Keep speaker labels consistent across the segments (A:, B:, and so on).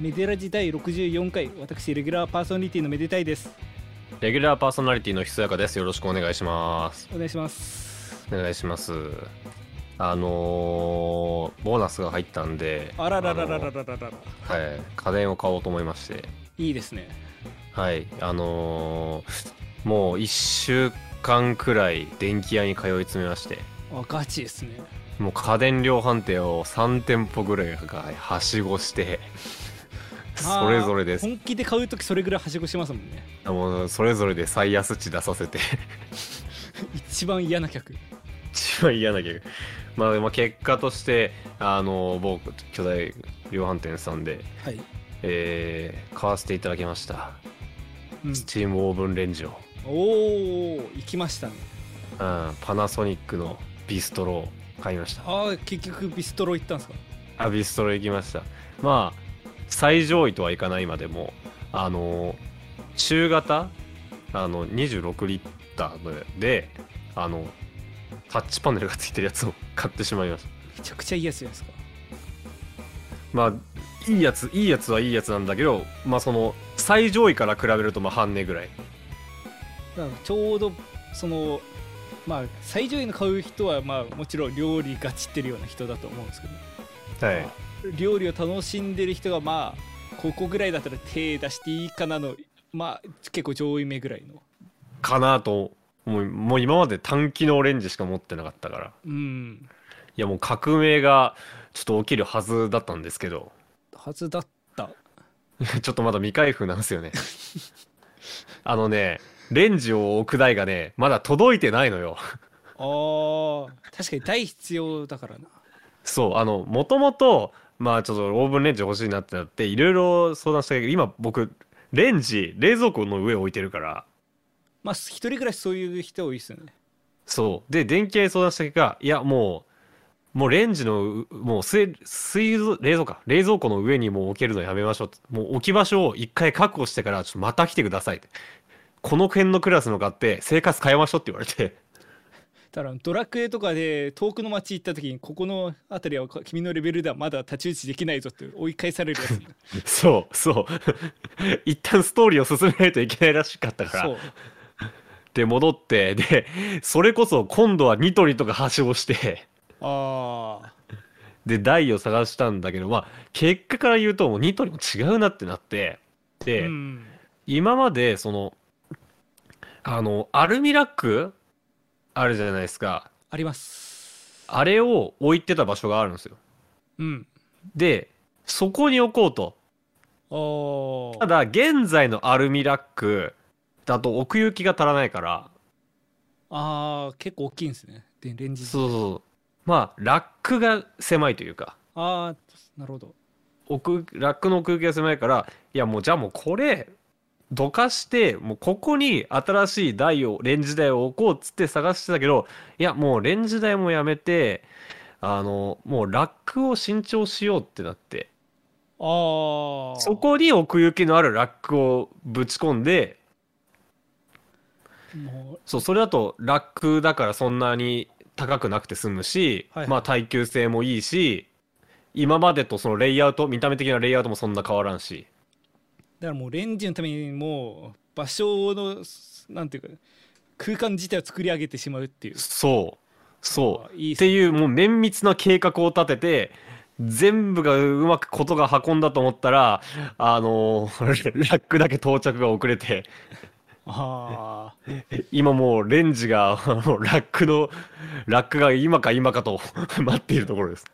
A: デラジ第64回私レギュラーパーソナリティのめでたいです
B: レギュラーパーソナリティのひそやかです。よろしくお願いします。
A: お願いします
B: お願いします。あのーボーナスが入ったんで、
A: あらららら
B: あ
A: ら
B: の
A: ららら
B: はい、家電を買おうと思いまして、
A: いいですね
B: はい、あのーもう1週間くらい電気屋に通い詰めまして、
A: あガチですね
B: もう家電量販店を3店舗ぐらいがはしごして、
A: あー
B: それぞれです。
A: 本気で買う時それぐらいはしごしますもんね
B: もうそれぞれで最安値出させて
A: 一番嫌な客
B: 一番嫌な客、まあ、まあ結果としてあの某巨大量販店さんで、
A: はい、
B: えー買わせていただきました
A: うん
B: ス、チームオーブンレンジを、うん、
A: おお行きましたね
B: パナソニックのビストロを買いました
A: ああ結局ビストロ行ったんですか
B: あビストロ行きましたまあ最上位とはいかないまでもあの中型あの26リッターであのタッチパネルがついてるやつを買ってしまいました
A: めちゃくちゃいいやつじゃないですか
B: まあいいやついいやつはいいやつなんだけどまあその最上位から比べるとまあ半値ぐらい
A: だからちょうどそのまあ最上位の買う人はまあもちろん料理がちってるような人だと思うんですけど
B: はい
A: 料理を楽しんでる人がまあここぐらいだったら手出していいかなのまあ結構上位目ぐらいの
B: かなと思うもう今まで短期のオレンジしか持ってなかったから
A: うん
B: いやもう革命がちょっと起きるはずだったんですけど
A: はずだった
B: ちょっとまだ未開封なんですよね あのねレンジを置く台がねまだ届いてないのよ
A: あー確かに台必要だからな
B: そうあのもともとまあちょっとオーブンレンジ欲しいなってなっていろいろ相談したけど今僕レンジ冷蔵庫の上置いてるから
A: まあ一人暮らしそういう人多いですよね
B: そうで電気屋に相談した結果いやもうもうレンジのうもう水水冷蔵か冷蔵庫の上にもう置けるのやめましょうともう置き場所を一回確保してからちょっとまた来てくださいってこの辺のクラスの買って生活変えましょうって言われて
A: ただドラクエとかで遠くの町行った時にここの辺りは君のレベルではまだ太刀打ちできないぞって追い返されるやつ
B: そうそう 一旦ストーリーを進めないといけないらしかったから
A: そう
B: で戻ってでそれこそ今度はニトリとかはしごして
A: ああ
B: で台を探したんだけどまあ結果から言うともうニトリも違うなってなってで、
A: うん、
B: 今までそのあのアルミラックあるじゃないですか
A: あります
B: あれを置いてた場所があるんですよ
A: うん
B: でそこに置こうと
A: お
B: ただ現在のアルミラックだと奥行きが足らないから
A: あー結構大きいんですねでレンジ
B: そうそうそうまあラックが狭いというか
A: ああなるほど
B: 奥ラックの奥行きが狭いからいやもうじゃあもうこれどかしてもうここに新しい台をレンジ台を置こうっつって探してたけどいやもうレンジ台もやめてあのもうラックを新調しようってなって
A: ああ
B: そこに奥行きのあるラックをぶち込んで
A: もう
B: そうそれだとラックだからそんなに高くなくて済むし、
A: はいはい
B: まあ耐久性もいいし今までとそのレイアウト見た目的なレイアウトもそんな変わらんし。
A: だからもうレンジのためにもう場所のなんていうか空間自体を作り上げてしまうっていう
B: そうそう
A: あーいい
B: っ
A: っす
B: ていうもう綿密な計画を立てて全部がうまくことが運んだと思ったらあの ーラックだけ到着が遅れて
A: ああ
B: 今もうレンジが あのラックのラックが今か今かと 待っているところです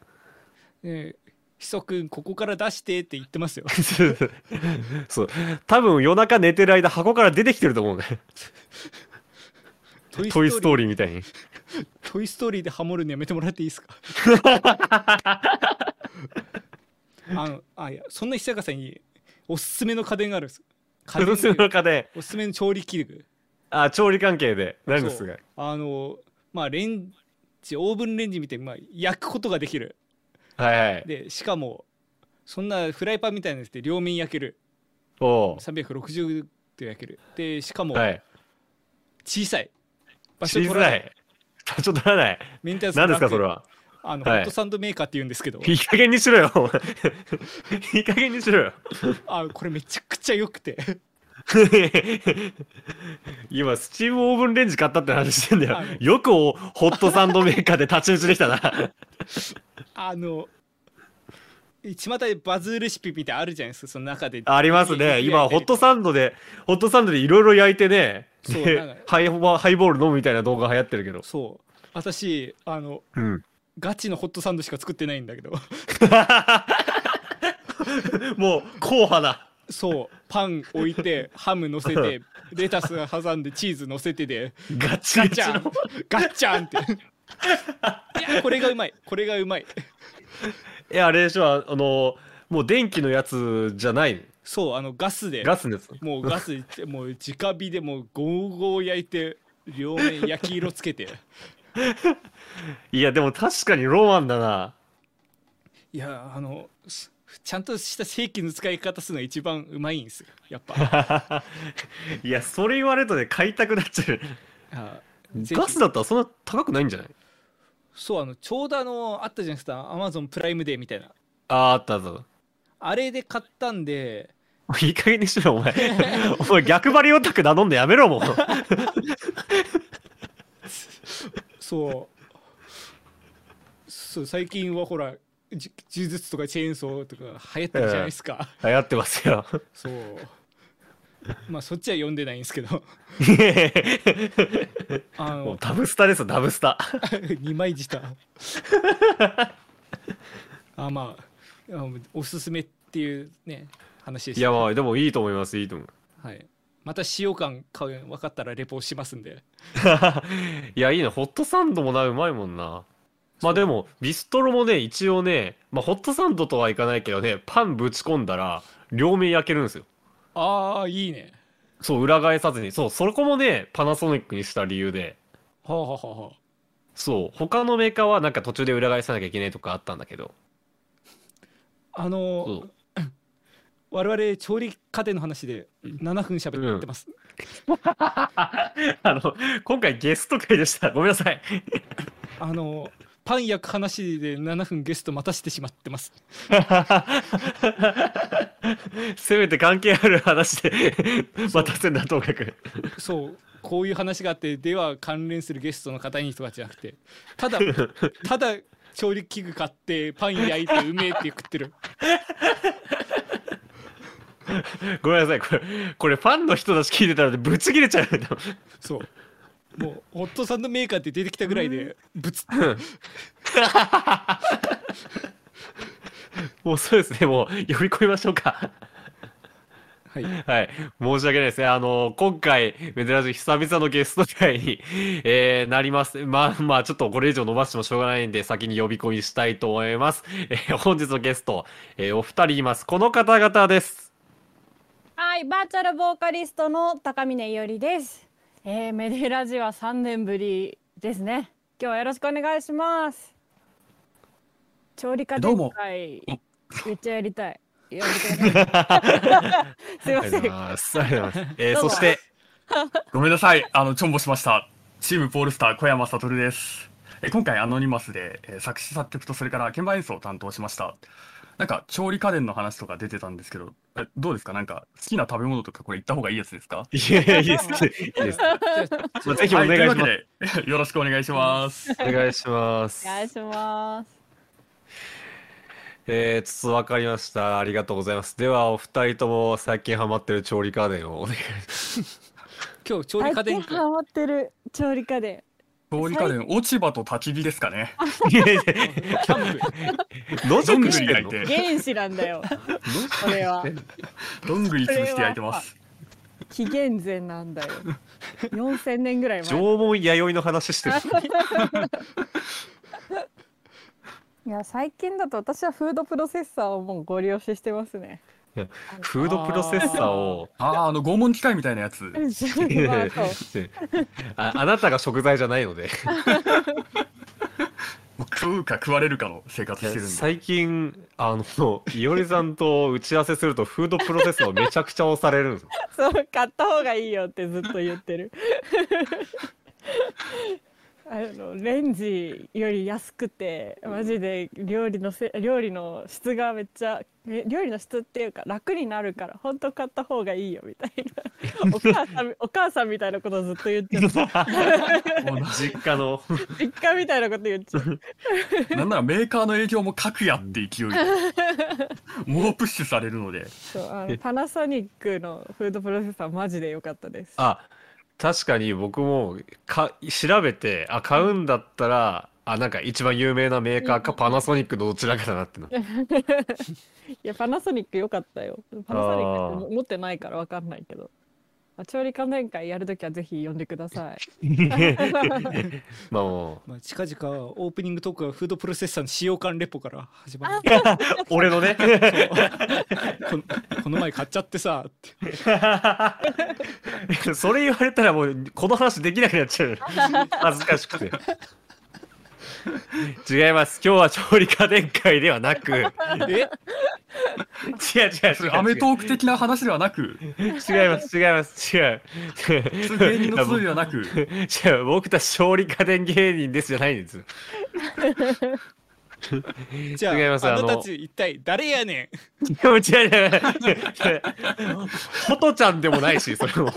A: ねひそくんここから出してって言ってます よ
B: そう多分夜中寝てる間箱から出てきてると思うね「トイ・ストー
A: リ
B: リー」みたいに
A: ートイストーリーでハモるのやめてもらっていいです かあのあいやそんな久坂さんにおすすめの家電があ るんです家電
B: そ
A: で
B: の背中で
A: おすすめの調理器具
B: あ調理関係で何です
A: そ
B: が
A: うあのまあレンジオーブンレンジみたいに、まあ、焼くことができる
B: はいはい
A: でしかもそんなフライパンみたいなやつで両面焼ける
B: おう
A: 360度焼けるでしかも
B: はい
A: 小さい場所
B: 小
A: 取ら
B: さ
A: ない
B: い場所取らない
A: メンテナンス
B: 何ですか
A: 楽
B: それは
A: あの、
B: はい
A: ホットサンドメーカーって言うんですけど
B: いい加減にしろよお前いい加減にしろよ
A: あこれめちゃくちゃ良くて
B: 今スチームオーブンレンジ買ったって話してんだよ
A: あの
B: よくおホットサンドメーカーで太刀打ちできたな
A: あの巷でバズレシピみたいなのあるじゃないですかその中で
B: ありますね
A: いいですね
B: 今ホットサンドでホットサンドでいろいろ焼いてね
A: そう
B: で
A: なんか
B: ハイボハイボール飲むみたいな動画流行ってるけど
A: そう私あの
B: うん
A: ガチのホットサンドしか作ってないんだけど
B: もう硬派な
A: そうパン置いてハム乗せてレタス挟んでチーズ乗せてで
B: ガチ
A: ガ
B: ガ
A: チ
B: チ
A: ャン
B: の
A: ガッチャンっていやこれがうまいこれがうまい
B: いやあれでしょあのもう電気のやつじゃない
A: そうあのガスで
B: ガスのやつ
A: もうガスでもう直火でもうゴーゴー焼いて両面焼き色つけて
B: いやでも確かにロマンだない
A: やあのすちゃんとした正規の使い方するのが一番うまいんですよや っぱ
B: いやそれ言われるとね買いたくなっちゃう
A: あぜひ
B: ガスだったらそんな高くないんじゃない
A: そうあのちょうどあのあったじゃないですかアマゾンプライムデーみたいな
B: あああったあった
A: あれで買ったんで
B: いい加減にしろよお前 お前逆張りオタク名乗んでやめろもう
A: そうそう最近はほらじ呪術とかチェーンソーとか流行ってるじゃないですか、
B: 流行ってます よ
A: そうまあそっちは読んでないんですけどあ
B: もう
A: の
B: ダブスタですよダブスタ
A: 二枚舌あまああのおすすめっていうね話でし
B: い
A: た
B: やまあでもいいと思いますいいと思う
A: はい、また使用感買う分かったらレポしますんで
B: いやいいなホットサンドもなうまいもんなまあでもビストロもね一応ね、まあ、ホットサンドとはいかないけどねパンぶち込んだら両面焼けるんですよ
A: ああいいね
B: そう裏返さずにそうそこもねパナソニックにした理由で
A: はあはあはあはあ
B: そう他のメーカーはなんか途中で裏返さなきゃいけないとかあったんだけど
A: あの
B: そう
A: 我々調理家庭の話で7分喋ってます、
B: あの今回ゲスト会でしたごめんなさい
A: あのパン焼く話で7分ゲスト待たしてしまってます
B: せめて関係ある話で待たせんなともかく
A: そうこういう話があってでは関連するゲストの方にとかじゃなくてただただ調理器具買ってパン焼いてうめえって食ってる
B: ごめんなさいこれこれファンの人たち聞いてたらぶち切れちゃうよ
A: そうもうホットサンドメーカーって出てきたぐらいでぶつ
B: もうそうですねもう呼び込みましょうか
A: はい
B: はい申し訳ないですねあの今回珍しい久々のゲスト会に、 えーなりますまあまあちょっとこれ以上伸ばしてもしょうがないんで先に呼び込みしたいと思います、えー本日のゲスト、えーお二人いますこの方々です
C: はい、バーチャルボーカリストの高峰伊織です。えー、メデラジは三年ぶりですね。今日はよろしくお願いします。調理家
D: どうも
C: 電会めっちゃやりたい。やり たいな すいま
B: ありがとうんご
C: せ
B: ざい。 ますありがとうございます、えー
C: どう
B: そ
C: も
B: して
D: ごめんなさい。あの、チョンボしました。チームポールスター小山悟です。え今回アノニマスで、えー作詞作曲とそれから鍵盤演奏を担当しました。なんか調理家電の話とか出てたんですけど、えどうですかなんか好きな食べ物とかこれ言った方がいいやつですか
B: いやいやいいですいい ですまあぜひお願いします、
D: はい、というわけでよろしくお願いします。
B: お願いします
C: お願いします。
B: えー、つつわかりました。ありがとうございます。では、お二人とも最近ハマってる調理家電をお願いします。
A: 今日調理
C: 最
A: 家
C: 近
A: 電
C: ハマってる調理家電。
D: 調理家電、落ち葉と焚き火ですかね。
A: キ ャンプ
B: 野
D: どんぐ
B: 宿し
D: り
B: て
D: 焼
B: ん
D: い
B: の
D: て、
C: 原子なんだよ。これ は
D: どんぐり潰して焼いてます。
C: 紀元前なんだよ。四千年ぐらい前。
B: 縄文弥生の話してる。
C: いや最近だと私はフードプロセッサーをもうご利用ししてますね。
B: フードプロセッサーを。
D: ああ、あの拷問機械みたいなやつ。
C: まあ そう
B: ああなたが食材じゃない ので
D: もう食うか食われるかの生活してるんで。
B: 最近あのいおりさんと打ち合わせするとフードプロセッサーをめちゃくちゃ押されるんですよ
C: そう買った方がいいよってずっと言ってる。 あのレンジより安くてマジで料理のせ料理の質がめっちゃえ料理の質っていうか楽になるから本当買った方がいいよみたいなお母さんお母さんみたいなことずっと言って る
B: 実家の
C: 実家みたいなこと言っちゃう
D: なんならメーカーの営業も格やって勢い で猛プッシュされるので
C: そうあのパナソニックのフードプロセッサーマジで良かったです
B: あ確かに僕もか調べてあ買うんだったらあなんか一番有名なメーカーかパナソニックのどちらかだなってな
C: いやパナソニック良かったよパナソニックって持ってないから分かんないけどまあ調理家電会やるときはぜひ呼んでください
B: まあも
A: まあ、近々オープニングトークはフードプロセッサーの使用感レポから始まる
B: う俺の ね
A: この この前買っちゃってさって
B: それ言われたらもうこの話できなくなっちゃう恥ずかしくて違います今日は調理家電会ではなく違う違う
A: え
B: 違う
D: それアメト
B: 違う
D: ーク的な話ではなく
B: 違います違います違う
D: 普通芸人の集いではな く
B: 違う僕たち調理家電芸人ですじゃないんです
A: じゃあ
B: 違います
A: あ
B: あ
A: の
B: の
A: たち一体誰やね
B: でも違う違う違う。ホトちゃんでもないし、それも。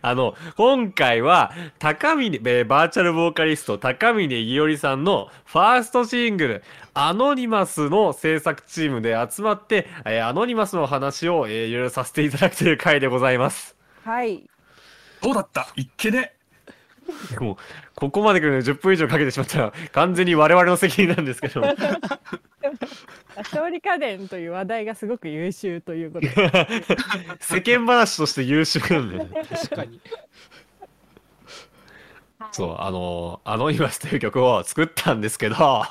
B: あの今回は高峰、えーバーチャルボーカリスト高峰伊織さんのファーストシングル「アノニマス」の制作チームで集まって、えーアノニマスの話を、えーいろいろさせていただくという回でございます。
C: はい
D: どうだったいっけね
B: もうここまで来るのに10分以上かけてしまったら完全に我々の責任なんですけど。
C: 調理家電という話題がすごく優秀ということで
B: 世間話として優秀なんだよね。
A: ん確かに
B: そう、あのー、アノニマスという曲を作ったんですけ ど、あ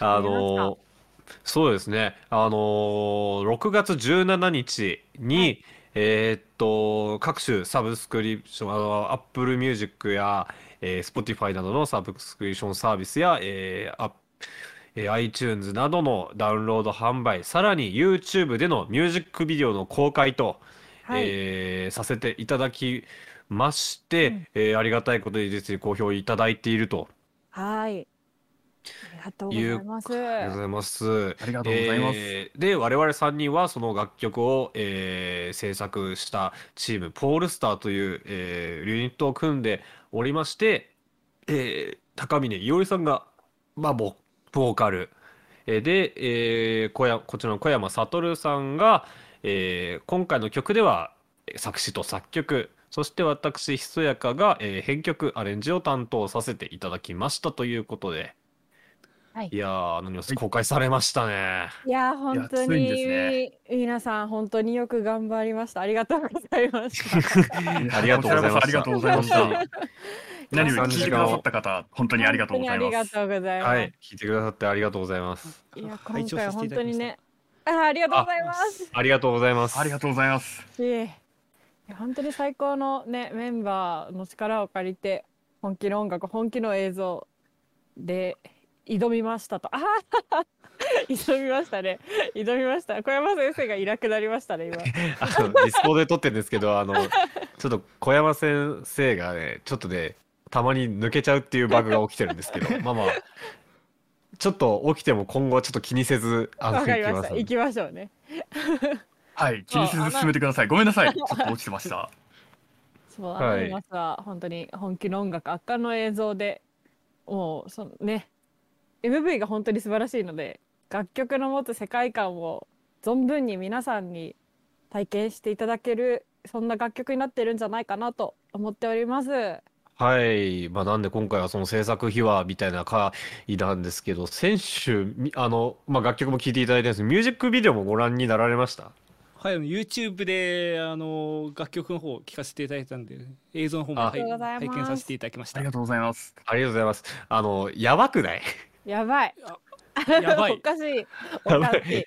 B: のー、そうですね、あのー、6月17日に、えーっと、各種サブスクリプション、あの、Apple Music や、えー Spotify などのサブスクリプションサービスや、えー、アップえー iTunes などのダウンロード販売、さらに YouTube でのミュージックビデオの公開と、
C: はい、
B: えーさせていただきまして、えーありがたいことで実に好評いただいていると。
C: はいありがとうございます
B: ありがとうございます。
D: ありがとうございます、
B: えーで我々3人はその楽曲を、えー制作したチームポールスターという、えーユニットを組んでおりまして、えー高峰伊織さんが、まあ、ボボーカル、えーで、えー小山こちらの小山悟さんが、えー今回の曲ではえー作詞と作曲そして私ひそやかが、えー編曲アレンジを担当させていただきましたということで。
C: はい
B: いやー、アノニマス公開されましたね。
C: いやー本当
D: い
C: に、
D: やついに
C: 皆さん本当によく頑張りましたありがとうございま した
B: ありがとうございました
D: こちらこそありがとうございまし
B: 本当
D: た
B: に
D: 何より聞いてくださった方本当にありがとうござい
C: 本当にあ
D: ま
C: り
D: す
C: がとうございます、
B: はい、聞いてくださってありがとうございます。
C: いや
A: 拝
C: 今
A: 聴
C: 回
A: させて
C: 本
A: いた
C: 当
A: だきま
C: に
A: した
C: ねあーありがとうございます
B: ありがとうございます。
D: ありがとうございます
C: いえいや本当に最高のねメンバーの力を借りて本気の音楽本気の映像で挑みましたとあはは挑みましたね挑みました小山先生がいなくなりましたね今
B: あの、ディスコードで撮ってるんですけど、あの、ちょっと小山先生がね、ちょっとね、たまに抜けちゃうっていうバグが起きてるんですけど、まあまあ、ちょっと起きても今後はちょっと気にせず、あの、
C: わかりま
B: 行
C: し
B: き
C: た
B: ます
C: 行きましょうね
D: はい気にせず進めてくださいごめんなさいちょっと落ちてました
C: そう、
B: はい
C: アニマスは本当に本気の音楽圧巻の映像でもうそのね MV が本当に素晴らしいので楽曲の持つ世界観を存分に皆さんに体験していただけるそんな楽曲になってるんじゃないかなと思っております。
B: はい。まあ、なんで今回はその制作秘話みたいな回なんですけど、先週、みあの、まあ、楽曲も聴いていただいたんですけどミュージックビデオもご覧になられました
A: はいあの YouTube であの楽曲の方を聴かせていただいたんで映像の方も、
B: あ
A: はい
C: ありがとうございます
A: 拝見させていただきまし
D: あ
A: た
D: りがとうございます
B: ありがとうございます。あの、やばくない
C: やばい。
A: やばい
C: おかしい。お
B: やばい
C: かしい。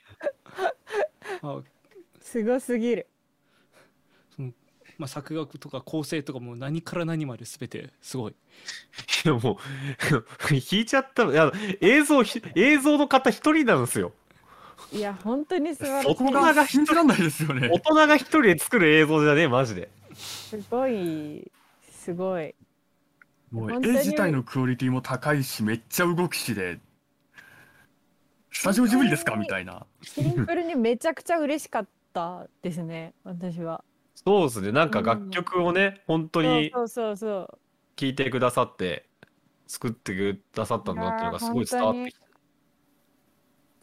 A: あ
C: すごすぎる。
A: まあ、作画とか構成とかも何から何まで全てすごい
B: いやもう、弾いちゃったの。いや、映像ひ、映像の方一人なんですよ。
C: いや本当に素晴らし
B: そ
C: い
B: こ
D: 僕が信じらんないですよね
B: 大。人が一人で作る映像じゃねえマジです
C: ごいすごい
D: もう
C: 本当
D: 絵
C: に
D: 自体のクオリティも高いし、めっちゃ動くしで、スタジオジブリですかみたいな。
C: シンプルにめちゃくちゃ嬉しかったですね私は
B: そうですねなんか楽曲をね本当に
C: そうそうそうそう
B: 聴いてくださって作ってくださったんだなっていうのがすごい伝わってきて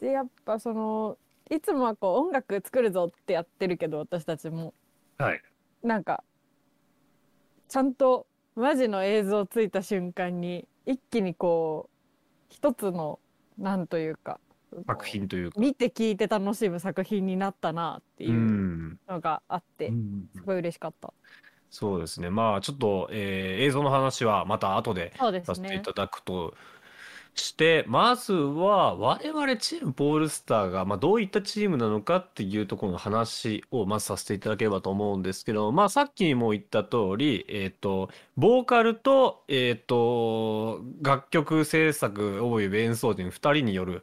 C: でやっぱそのいつもはこう音楽作るぞってやってるけど私たちも
D: はい
C: なんかちゃんとマジの映像ついた瞬間に一気にこう一つのなんというか
B: 作品というか
C: 見て聞いて楽しむ作品になったなって
B: う
C: いうんのがあって、
D: うん
C: すごい嬉しかった。
B: そうですねまあちょっと、えー映像の話はまた後で
C: そうで
B: さ
C: す
B: せて
C: ね
B: い。ただくとして、まずは我々チームポールスターが、まあ、どういったチームなのかっていうところの話をまずさせていただければと思うんですけど、まあ、さっきも言った通り、えっと、ボーカルと、えっと、楽曲制作及び演奏陣2人による、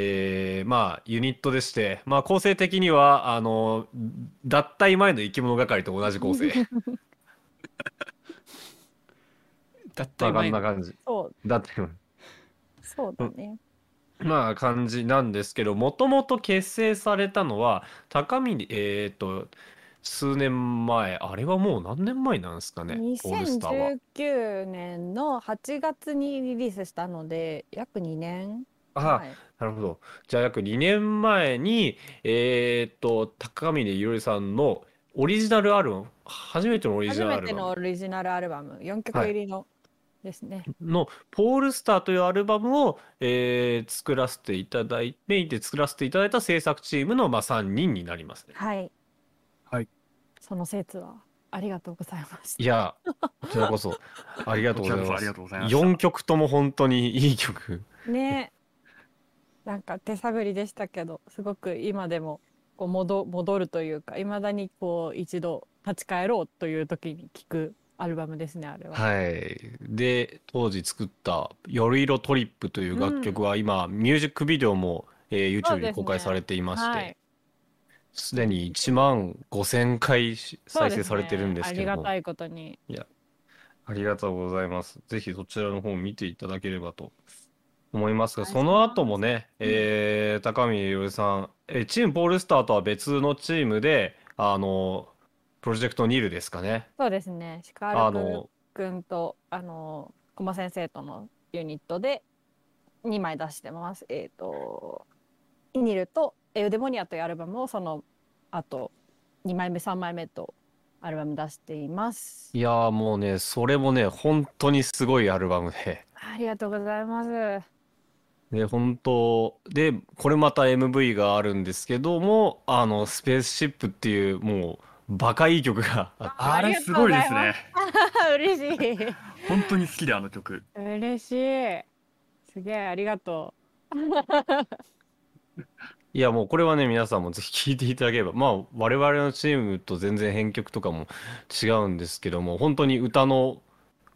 B: えーまあ、ユニットでして、まあ、構成的にはあの脱退前の生き物係と同じ構 成
A: だっ
B: ま
A: た
B: あこ
A: り
B: ん
A: 前
B: な感じ
C: そう
B: 脱退前
C: そうだね。
B: まあ感じなんですけどもともと結成されたのは高峰えっ、と数年前あれはもう何年前なんですかねオールスターは
C: 2019年の8月にリリースしたので約2年
B: あ
C: い、
B: なるほどじゃあ約2年前にえっ、と高峰ゆりさんのオリジナルアルバム初めてのオリジ
C: 初
B: ナルア
C: め
B: ル
C: て
B: バム
C: のオリジナルアルバム4曲入りのですね。
B: の「ポールスター」というアルバムを、えー作らせていただいてメインで作らせていただいた制作チームの、まあ、3人になりますね。
C: はい。
D: はい。
C: その説はありがとうございます
B: い。や、こちらこ そ、ありがとうござい
D: こちらこそ
B: ま
D: あ
B: す
D: りがとうござい。ました
B: 四曲とも本当にいい曲。
C: ね。なんか手探りでしたけど、すごく今でもこう戻戻るというか、いまだにこう一度立ち返ろうという時に聞くアルバムですね。あれは。
B: はい。で、当時作った「夜色トリップ」という楽曲は今、ミュージックビデオも、えー
C: そう
B: YouTube
C: ですね
B: で公開されていまし
C: は
B: て
C: い、
B: すでに1万5000回し
C: そう
B: 再生されてるんですけど
C: ね。ありが
B: も、
C: たいことに。
B: ありがとうございます。ぜひそちらの方を見ていただければと思いますが、その後もね、えー高見よりさん、えーチームポールスターとは別のチームで、あの、プロジェクトニルですかね。
C: そうですね。シカ
B: あ
C: ール君
B: の、
C: 君とあの駒先生とのユニットで2枚出してます。えっ、と「イニル」と「エウデモニア」というアルバムをそのあと2枚目3枚目とアルバム出しています。
B: いやーもうね、それもね、本当にすごいアルバムで、
C: ありがとうございます。
B: で、本当、で、これまた MV があるんですけども、あの、スペースシップっていう、もう、バカいい曲があって、
D: あれすごいですね。
C: 嬉しい。
D: 本当に好きで、あの曲。
C: 嬉しい。すげえありがと
B: いやもうこれはね皆さんもぜひ聞いていただければまあ我々のチームと全然編曲とかも違うんですけども本当に歌の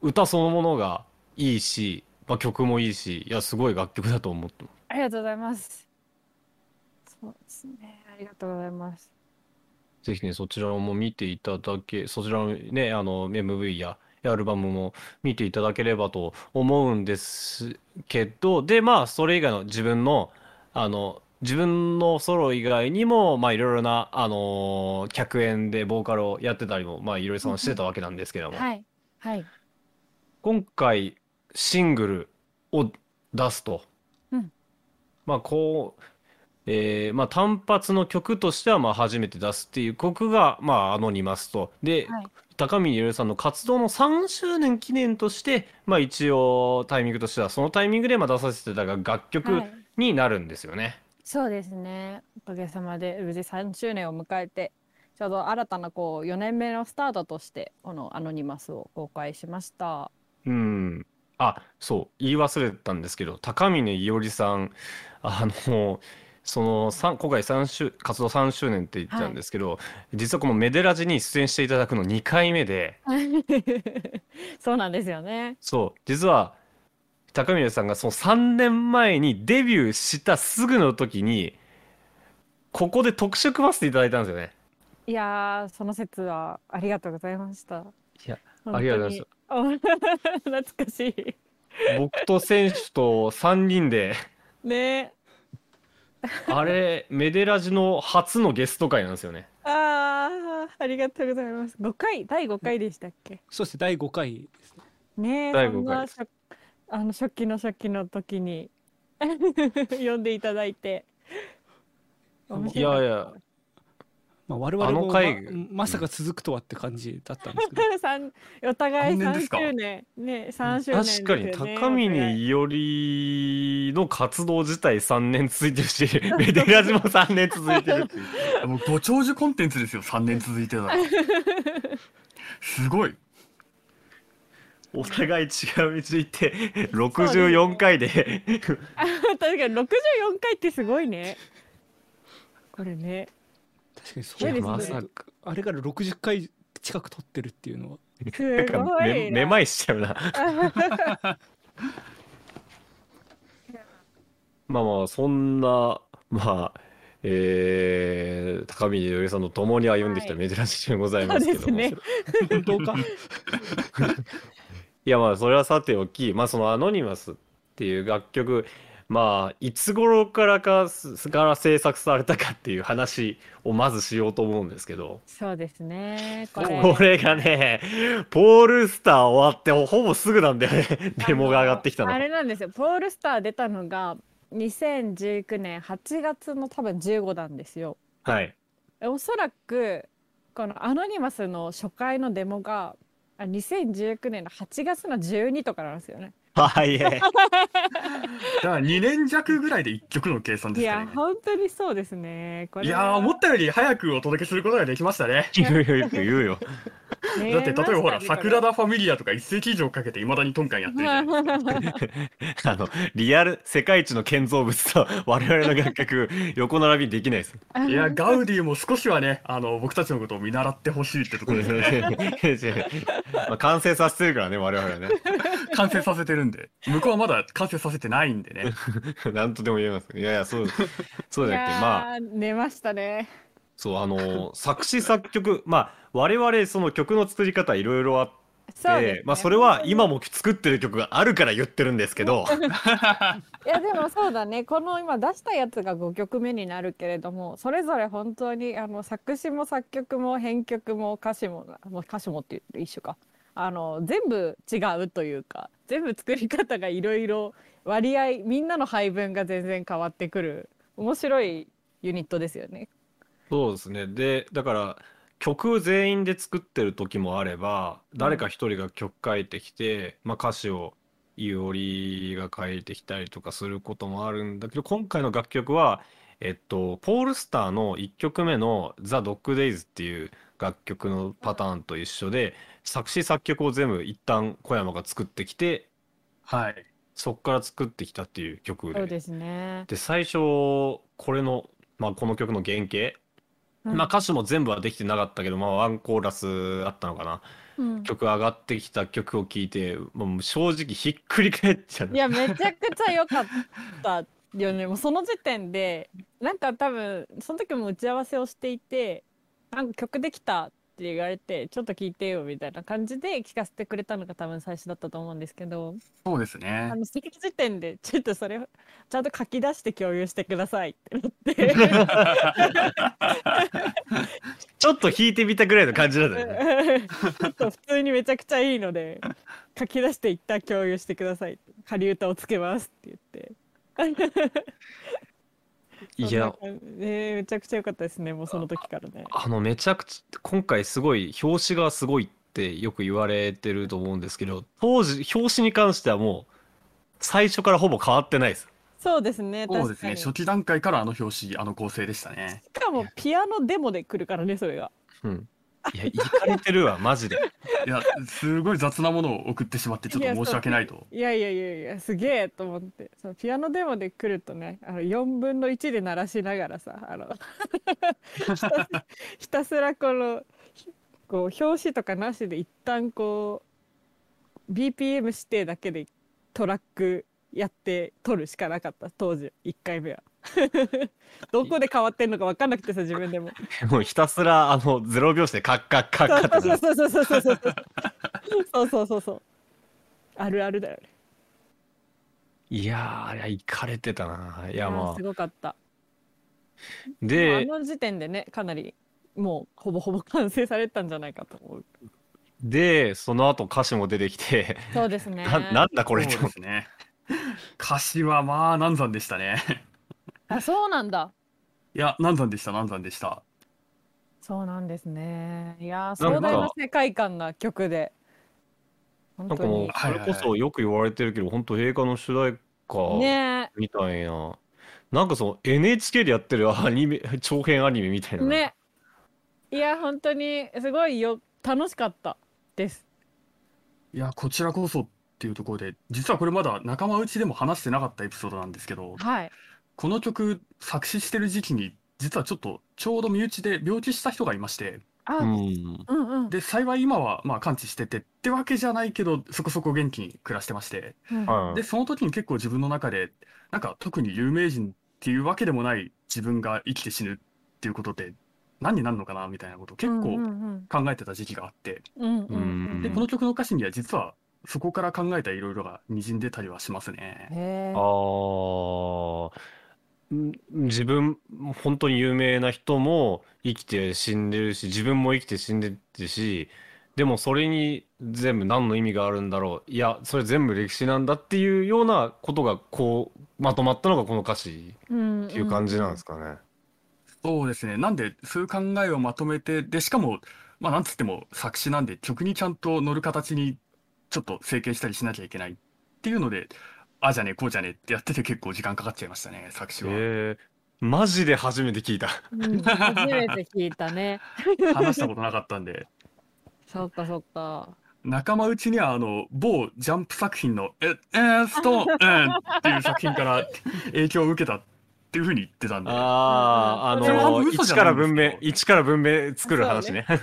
B: 歌そのものがいいし、まあ、曲もいいしいやすごい楽曲だと思ってます
C: う。ありがとうございます。そうですね。ありがとうございます。
B: ぜひねそちらも見ていただけそちらのねあの MV やアルバムも見ていただければと思うんですけどでまあそれ以外の自分のあの自分のソロ以外にもまあいろいろなあのー客演でボーカルをやってたりもまあいろいろさんはしてたわけなんですけども、
C: はい。はい。
B: 今回シングルを出すと、
C: うん
B: まあこう、えーまあ、単発の曲としてはまあ初めて出すっていう曲が、まあ、アノニマスとで、
C: はい
B: 高見ゆるさんの活動の3周年記念として、まあ、一応タイミングとしてはそのタイミングでまあ出させていただく楽曲
C: はい
B: になるんですよね。
C: そうですね。おかげさまで無事3周年を迎えて、ちょうど新たなこう4年目のスタートとして、このアノニマスを公開しました。
B: うん。あ、そう、言い忘れてたんですけど、高峰伊織さん、 あの、その、さん今回3周、活動3周年って言ったんですけど、実はこのメデラジに出演していただくの2回目で、
C: そうなんですよね。
B: そう、実は、高峰さんがその3年前にデビューしたすぐの時に、ここで特集組ませていただいたんですよね。
C: いやーその説はありがとうございました。
B: いや
C: 本当に
B: ありがとうございま
C: あ懐かしい。
B: 僕と選手と3人で、
C: ね
B: あれ、メデラジの初のゲスト会なんですよね。
C: あーありがとうございます。5回第5回でしたっけ
A: そして第5回ですね
C: ねえ
B: 第
C: そん
B: 5回
C: な
B: です
C: 初あの初期の初期の時に 呼んでいただいて
A: あの
C: 面
B: い
C: 白
B: やい
C: かっ
B: や、
A: まあ、我々も
B: あの
A: ま
B: 回
A: まさか続くとはって感じだったんですけ ど
C: 三お互い
D: 何年
C: 3
D: ですか
C: 周年ね三周年です
B: 確か
C: よ
B: に
C: ね
B: 高
C: お互い
B: 峰いおりの活動自体3年続いてるし、メデラジも3年続いてるっていう。
D: もうご長寿コンテンツですよ3年続いてたらすごい
B: お互い違う道行 って、64回で、
C: 確かに64回ってすごいねこれね
A: 確かにそ
C: そうう
A: で
C: で
A: ね
C: すすねまさ
A: あれから60回近く撮ってるっていうのは
C: す
B: なんか
C: ご
B: め
C: い
B: めまいしちゃうな。 まあまあそんなまあえー、高峰よりさんと共に歩んできた
C: は
B: 珍しいでござい
C: そ
B: ま
C: う
B: す
C: で
B: けど
C: す
B: も、
C: ね
A: 本当 か
B: いやまあそれはさておき、まあ、その「アノニマス」っていう楽曲まあいつ頃からかすから制作されたかっていう話をまずしようと思うんですけど
C: そうですねこれ
B: これがねポールスター終わってほぼすぐなんだよねデモが上がってきたの
C: あれなんですよポールスター出たのが2019年8月の多分15なんですよ
B: はい
C: えおそらくこのアノニマスの初回のデモがあ2019年の8月の12とかなんですよね
B: はいえ
D: だから2年弱ぐらいで1曲の計算
C: い
D: ですか
C: や
D: ね
C: 本当にそうですねこ
D: い
C: れ
D: やー思ったより早くお届けすることができましたね
B: いろいろよく言うよ
C: た
D: だって例えばほら「桜田ファミリア」とか一世紀以上かけていまだにトンカンやってるじゃないですか
B: あの、リアル、世界一の建造物と我々の楽曲、横並びにできないです。
D: いやガウディも少しはねあの僕たちのことを見習ってほしいってところですよね
B: まあ、完成させてるからね、我々はね。
D: 完成させてるんで向こうはまだ完成させてないんでね
B: なんとでも言えますけど。いやいや、 そう、そうじゃなくて、まあ、
C: あ寝ましたね
B: そう、あの、作詞作曲、まあ、我々、その曲の作り方いろいろあって、
C: そうですね
B: まあ、それは今も作ってる曲があるから言ってるんですけど、
C: いやでもそうだねこの今出したやつが5曲目になるけれどもそれぞれ本当にあの作詞も作曲も編曲も歌詞ももう歌詞もって一緒かあの全部違うというか全部作り方がいろいろ割合みんなの配分が全然変わってくる面白いユニットですよね。
B: そうですね。で、だから曲全員で作ってる時もあれば、誰か一人が曲書いてきて、まあ歌詞をいおりが書いてきたりとかすることもあるんだけど、今回の楽曲は、えっと、ポールスターの1曲目の「ザ・ドッグ・デイズ」っていう楽曲のパターンと一緒で、作詞作曲を全部一旦小山が作ってきて、
D: はい
B: そこから作ってきたっていう曲
C: そう
B: で。
C: ですね。
B: で、最初、これの、まあこの曲の原型、まあ、
C: か
B: 歌詞も全部はできてなかったけど、まあ、ワンコーラスあったのかな曲上がってきた曲を聴いてもう正直ひっくり返っちゃう
C: いやめちゃくちゃ良かったよねもう その時点でなんか多分その時も打ち合わせをしていて「なんか曲できた」って言われて「ちょっと聞いてよ」みたいな感じで聞かせてくれたのが多分最初だったと思うんですけど
D: そうですね
C: あのその時点でちょっとそれをちゃんと書き出して共有してくださいってな って
B: ちょっと弾いてみたぐらいの感じなんだよね
C: ちょっと普通にめちゃくちゃいいので書き出して一旦共有してくださいって仮歌をつけますって言って。
B: い
C: そんな
B: や
C: 感じねめちゃくちゃ良かったですねもうその時からね
B: あのめちゃくちゃ今回すごい表紙がすごいってよく言われてると思うんですけど当時表紙に関してはもう最初からほぼ変わってないです
C: そうですね
D: そうで
C: 確
D: すね
C: か
D: 初
C: に
D: 期段階からあの表紙あの構成でしたね
C: しかもピアノデモで来るからねそれが
B: うんいやいかれてるわマジで
D: いやすごい雑なものを送ってしまってちょっと申し訳ないと
C: いやいやいやいやすげえと思ってそのピアノデモで来るとねあの4分の1で鳴らしながらさあの ひたすひたすらこのひこう表紙とかなしで一旦こう BPM 指定だけでトラックやって撮るしかなかった当時1回目は どこで変わってんのか分かんなくてさ自分でも
B: もうひたすらあの0拍子でカッカッカッカッってなる
C: そうそうそうそうそうそうそうそうそうそうあるあるだよね
B: いやーあれは行かれてたないや
C: あ
B: ま
C: ーす
B: あ
C: ごかった
B: で
C: あの時点でねかなりもうほぼほぼ完成されてたんじゃないかと思う
B: でその後歌詞も出てきて
C: そうですね
B: ななんだこれ
D: そうですね。歌詞はまあ難産でしたね。
C: あそうなんだ
D: いや難産でした難産でした。
C: そうなんですねいやー
B: なんか
C: 壮大な世界観な曲で本
B: なんか
C: 当
B: もう
C: に
B: それこそよく言われてるけど本当映画の主題歌
C: ね
B: みたいな、なんかその NHK でやってるアニメ長編アニメみたいな、
C: ねいや本当にすごいよ楽しかったです
D: いやこちらこそっていうところで実はこれまだ仲間内でも話してなかったエピソードなんですけど
C: はい
D: この曲作詞してる時期に実はちょっとちょうど身内で病気した人がいまして
C: あ、
B: う
C: うん、
B: ん、
C: うんうん
D: で幸い今はまあ完治しててってわけじゃないけどそこそこ元気に暮らしてまして
B: はい
D: でその時に結構自分の中でなんか特に有名人っていうわけでもない自分が生きて死ぬっていうことって何になるのかなみたいなことを結
C: う
D: 構
C: ん
D: 考えてた時期があって
C: うんう
B: うんん
D: でこの曲の歌詞には実はそこから考えたいろいろがにじんでたりはしますね。
C: へえ
B: ああ自分本当に有名な人も生きて死んでるし自分も生きて死んでるしでもそれに全部何の意味があるんだろういやそれ全部歴史なんだっていうようなことがこうまとまったのがこの歌詞
C: っ
B: っていう感じなんですかね。
D: そうですねなんでそういう考えをまとめてでしかもまあなんつっても作詞なんで曲にちゃんと乗る形にちょっと整形したりしなきゃいけないっていうのでああじゃねえこうじゃねえってやってて結構時間かかっちゃいましたね作詞は。
B: えーマジで初めて聞いた。
C: うん初めて聞いた ね
D: 話したことなかったんで
C: そっかそっか
D: 仲間内にはあの某ジャンプ作品の「ええー、ストーン、うん」っていう作品から影響を受けたっていうふうに言ってたんで。
B: ああー、
C: それ
B: あ
D: は
B: の、
D: 嘘じ
B: 一
D: ゃ
B: か
D: な
B: ら
D: いん
B: 文
D: ですけど
B: 明、一から文明作る話ね。
C: う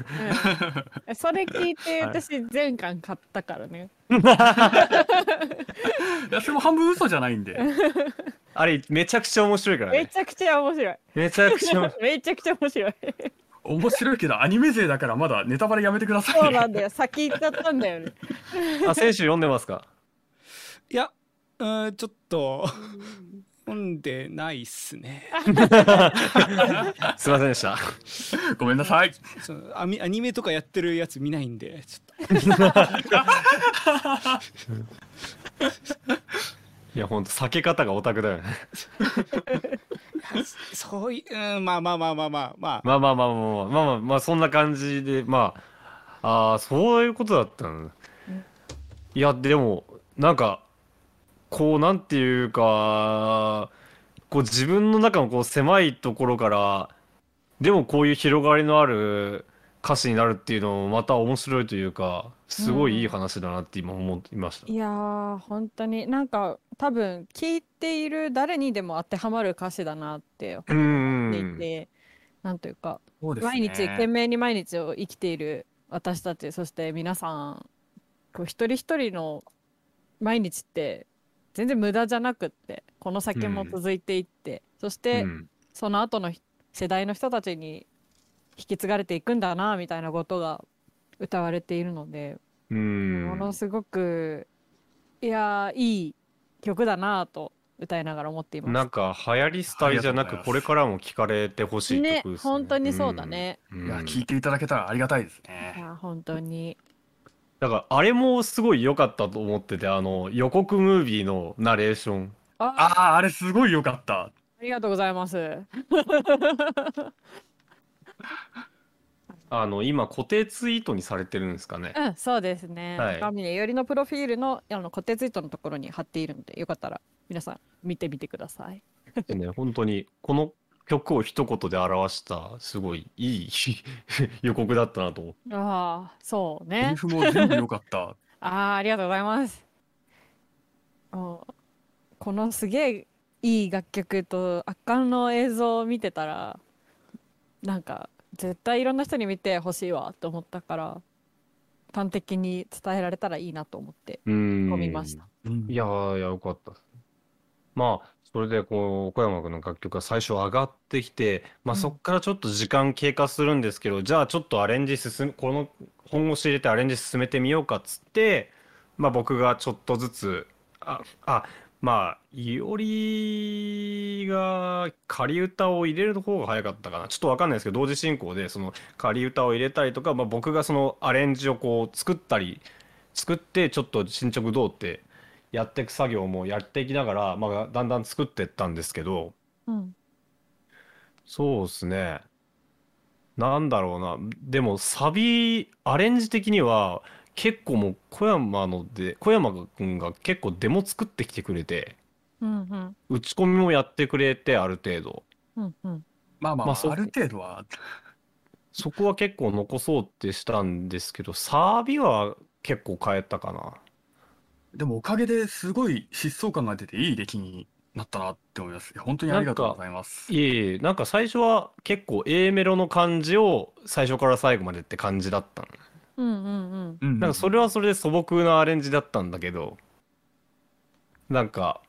C: んそれ聞いて
B: はい
C: 私全巻買ったからね
D: いやそれも半分嘘じゃないんで
B: あれ、めちゃくちゃ面白いから
C: め
B: ね。
C: ちゃくちゃ面白い
B: めちゃくちゃ面白い。
C: めちゃくちゃ面白い
D: 面白いけどアニメ勢だからまだネタバレやめてくださ
C: そう
D: い
C: なん
D: ね
C: だよ先行っちゃったんだよね
B: あ、選手読んでますか。
A: いやうーんちょっと 読んでないっすね
B: すいませんでした。
D: ごめんなさい
A: そのアミアニメとかやってるやつ見ないんでちょっ
B: いや、ほんと、避け方がオタクだよね。
A: とそういううんまあまあまあまあまあまあ
B: まあまあまあまあまあまあ、まあ、そんな感じで、まあ、ああー、そういうことだったの。いや、でも、なんか、こう、なんていうか、こう自分の中のこう狭いところから、でもこういう広がりのある歌詞になるっていうのもまた面白いというか、すごいいい話だなって今思いました。
C: いやー本当になんか多分聞いている誰にでも当てはまる歌詞だなって思
B: うんうんう
C: ってい
B: ん。
C: て、なんというか
D: そうですね
C: 毎日懸命に毎日を生きている私たちそして皆さんこう一人一人の毎日って全然無駄じゃなくってこの先も
B: うん
C: 続いていって、そし
B: う
C: て
B: ん
C: その後のひ世代の人たちに引き継がれていくんだなみたいなことが歌われているので、
B: うん
C: ものすごくいやーいい曲だなと歌いながら思っています。
B: なんか流行り廃りじゃな
D: あり
B: く
D: がと
B: こ
D: うござ
B: れ
D: います
B: からも聞かれてほしい曲
C: ね
B: ですね
C: 本当にそうだね。
B: うん、
D: いや
B: うん
D: 聞いていただけたらありがたいです
C: い
D: ね
C: や本当に
B: だからあれもすごい良かったと思っててあの予告ムービーのナレーション
C: あ
D: ああーあれすごい良かった
C: ありがとうございます。
B: あの今固定ツイートにされてるんですか ね
C: うん、そうですね。
B: はい
C: 中峰よりのプロフィールのあの固定ツイートのところに貼っているので、よかったら皆さん見てみてください。
B: でね本当にこの曲を一言で表したすごいいい 予告だったなと思って
C: ああ、そう
D: セリ
C: ね。
D: フも全部良かった
C: ああ、ありがとうございます。もうこのすげえいい楽曲と圧巻の映像を見てたら、なんか絶対いろんな人に見てほしいわと思ったから、端的に伝えられたらいいなと思って
B: うん
C: 見ました。
B: いやーいやよかったまあそれでこう小山君の楽曲が最初上がってきて、まあ、
C: うん
B: そこからちょっと時間経過するんですけど、じゃあちょっとアレンジ進むこの本腰入れてアレンジ進めてみようかっつって、まあ、僕がちょっとずつああまあいおりが仮歌を入れる方が早かったかなちょっとわかんないですけど同時進行でその仮歌を入れたりとか、まあ、僕がそのアレンジをこう作ったり作ってちょっと進捗どうってやっていく作業もやっていきながら、まあ、だんだん作っていったんですけど
C: うん
B: そうですねなんだろうなでもサビアレンジ的には結構もう小山ので小山君が結構デモ作ってきてくれて
C: うん
B: 打ち込みもやってくれてある程度
C: うんうん
D: まあまあ、
B: まあ
D: ま
B: そう
D: あ、ある程度は
B: そこは結構残そうってしたんですけどサビは結構変えたかな
D: でもおかげですごい疾走感が出ていい出来になったなって思います。本当にありがとうございます。
B: いえいえなんか最初は結構 A メロの感じを最初から最後までって感じだったの
C: うんうんうん
D: うん
B: なんかそれはそれで素朴なアレンジだったんだけどなんか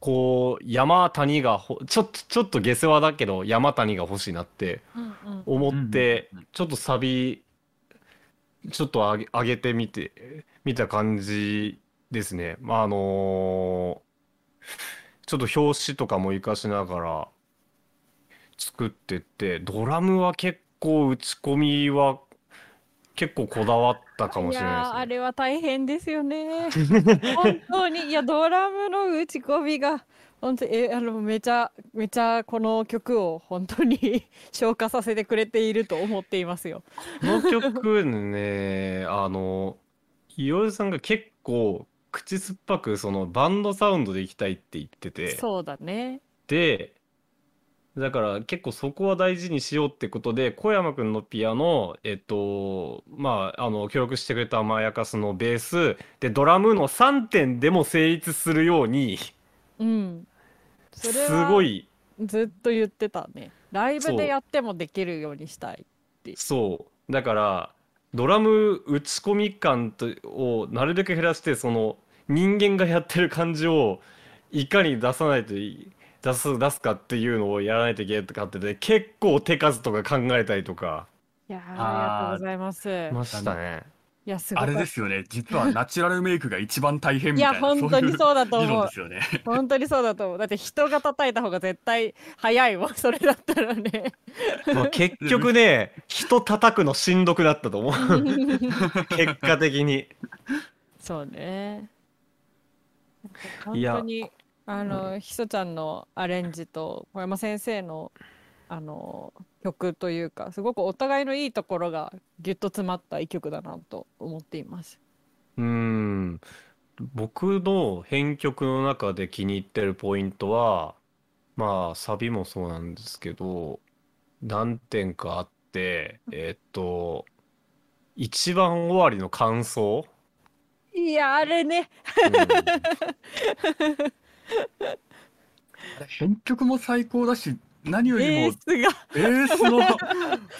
B: こう山谷がほちょっとちょっと下世話だけど山谷が欲しいなって
C: うんうん
B: 思って
D: うんうんうん
B: ちょっとサビちょっと上げ上げてみて見た感じですねまああのーちょっと表紙とかも活かしながら作ってってドラムは結構打ち込みは結構こだわったかもしれ
C: やー
B: な
C: あ
B: いで
C: れは大変ですよね本当にいやドラムの打ち込みが本当にえあのめちゃめちゃこの曲を本当に 消化させてくれていると思っていますよ。
B: すね。この曲ねあのいおりさんが結構口酸っぱくそのバンドサウンドでいきたいって言ってて。
C: そうだね。
B: でだから結構そこは大事にしようってことで小山君のピアノえっとまああの協力してくれた甘やかすのベースでドラムの3点でも成立するように
C: うん。それ
B: す
C: は
B: ごい
C: ずっと言ってたね。ライブ
B: そう
C: でやってもできるようにしたい。
B: そうだからドラム打ち込み感とをなるべく減らしてその人間がやってる感じをいかに出さないとい出す出すかっていうのをやらないといけないとかってで結構手数とか考えたりとか
C: いやーありがとう
D: あー
C: ございます。い
B: ましたね。
C: やすご
D: あ
C: かっ
D: れ
C: た
D: ですよね。実はナチュラルメイクが一番大
C: い
D: 変みたい
C: や
D: な。
C: 本当に
D: う
C: そうだと
D: いう理
C: 思
D: 論
C: う
D: で。すよね。
C: 本当にそうだと思う。だって人が叩いた方が絶対早いわ。それだったらね。
B: まあ、結局ね人叩くのしんどくなったと思う結果的に
C: そうね。本
B: いや
C: 当にあの、ひそちゃんのアレンジと小山先生のあの曲というかすごくお互いのいいところがギュッと詰まった一曲だなと思っています。
B: うーん僕の編曲の中で気に入ってるポイントはまあサビもそうなんですけど何点かあってえっと一番終わりの感想、
C: いやあれね
D: 編曲も最高だし、何よ
C: ベ
D: り
C: ー
D: も
C: スが
D: ベースの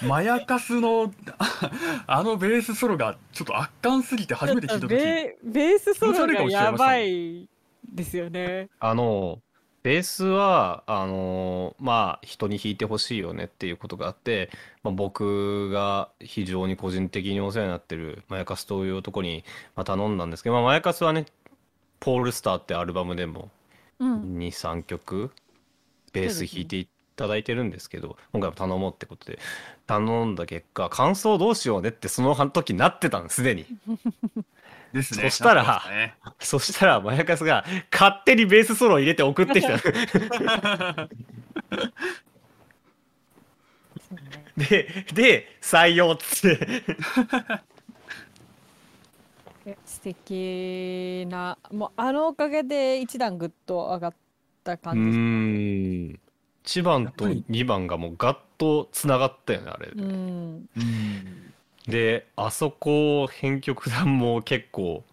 D: まやかすのああのベースソロがちょっと圧巻すぎて初めて聞いた時
C: ベベースソロ
D: 気持ち悪
C: が
D: いかもしれません
C: やばいですよね。
B: あのベースはあのまあ人に弾いてほしいよねっていうことがあって、まあ、僕が非常に個人的にお世話になってるまやかすという男に、まあ、頼んだんですけど、まあ、まやかすはね「ポールスター」ってアルバムでも
C: うん、
B: 23曲ベース弾いていただいてるんですけど今回も頼もうってことで頼んだ結果感想どうしようねってその時なってたんですでに。
D: ですね。
B: そしたら
D: なんかね
B: そしたら、マヤカスが勝手にベースソロを入れて送ってきた。で、で、採用っつって。
C: え素敵なもうあのおかげで一段ぐっと上がった
B: うー
C: 感じ
B: ん。1番と2番がもうガッとつながったよね、あれ。
C: うん、
D: うん
B: で、あそこ、編曲団も結構、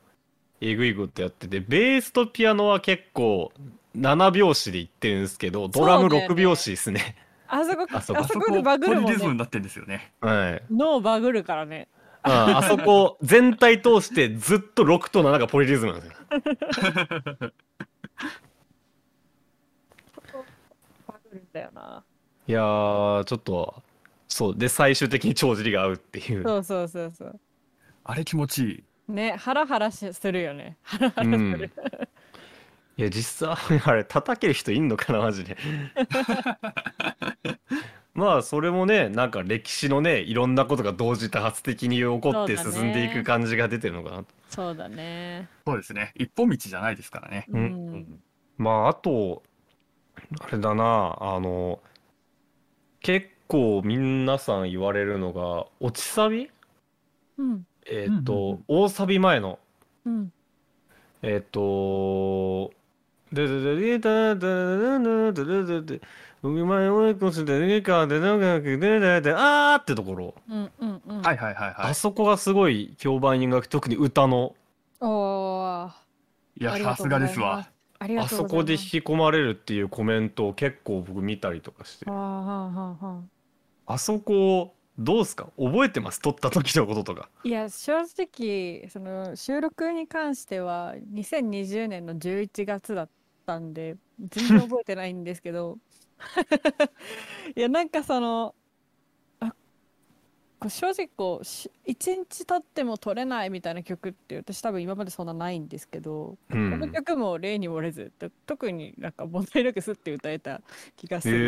B: えぐいことやってて、ベースとピアノは結構、7拍子でいってるんですけど、ドラム
C: そうだよ
B: 6
C: ね
B: 拍子です ね。
C: あそこ
B: あ
C: あ
B: そ
C: そ
B: こ
C: こ
D: あそこ
C: で
D: ポ
C: バグる
D: リ
C: もん
D: リズム
C: ね
D: になってるんですよね。
B: はい。
C: 脳バグるからね
B: ああそこ全体通してずっと6と7がポリリズムなんですよ。
C: くるんだよな。
B: いやーちょっとそうで最終的に帳尻が合うっていう
C: そうそうそうそう。
D: あれ気持ちいい。
C: ね、ハラハラしするよね。ハラハ
B: う
C: ラす
B: ん
C: る。
B: いや実際あれ叩ける人いんのかなマジでまあそれもねなんか歴史のねいろんなことが同時多発的に起こって
C: そうだね
B: 進んでいく感じが出てるのかな
C: そうだね。
D: そうですね。一本道じゃないですからね。
C: う
B: うん
C: ん。
B: まああとあれだなあの結構皆さん言われるのが落ちサビ
C: うん。
B: えっ、と、
D: うんうんうん
B: 大サビ前の
C: うん。
B: えっと、ででででだだだだだだで、お前おいこしでねかでなんかでででであーってところ、
C: うん。うん。うん。。
D: はいいはいはいは
B: あ
D: い。
B: そこがすごい評判になく特に歌の
C: おお。
D: いや、さすがですわ。。
C: ありが
B: あ
C: とう
B: そ
C: ござい
B: こで
C: ま
B: 引
C: す。
B: き込まれるっていうコメントを結構僕見たりとかして
C: は、あはあはあはあ。
B: あそこをどうすか覚えてます撮った時のこととか。
C: いや正直その収録に関しては2020年の11月だったんで全然覚えてないんですけど いやなんかそのあこう正直こうし1日経っても撮れないみたいな曲って私多分今までそんなないんですけど、
B: う
C: この
B: ん。
C: 曲も例に漏れずと特になんか問題なくスッて歌えた気がする。
B: へ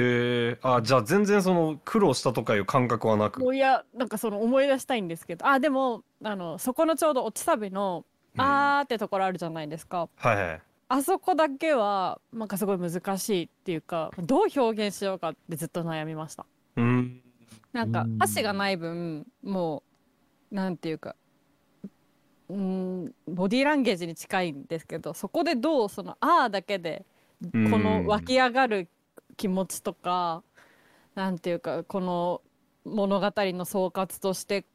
B: えあじゃあ全然その苦労したとかいう感覚はな
C: も
B: く。
C: ういやなんかその思い出したいんですけどあでもあのそこのちょうど落ちサビのあーってところあるじゃないですか。
B: うんはいはい。
C: あそこだけはなんかすごい難しいっていうかどう表現しようかってずっと悩みました。
B: うん。
C: なんか
B: うん
C: 箸がない分もうなんていうかうーんボディーランゲージに近いんですけどそこでどうその「あー」だけでこ
B: うん
C: の湧き上がる気持ちとかなんていうかこの物語の総括として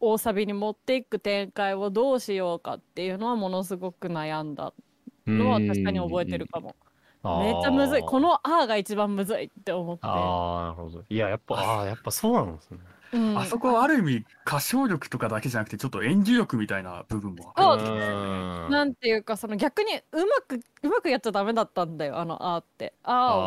C: 大サビに持っていく展開をどうしようかっていうのはものすごく悩んだのは確かに覚えてるかも。めっちゃむずい。この「あ」が一番むずいって思って。
B: ああ、なるほど。いや、やっぱ、ああー、やっぱそうなんですね。
C: うん
D: あそこはある意味歌唱力とかだけじゃなくてちょっと演技力みたいな部分もあ
C: そう
D: るんですよね
B: ーん
C: なんていうかその逆にうまくうまくやっちゃダメだったんだよあの「あ」って「あ」
B: あ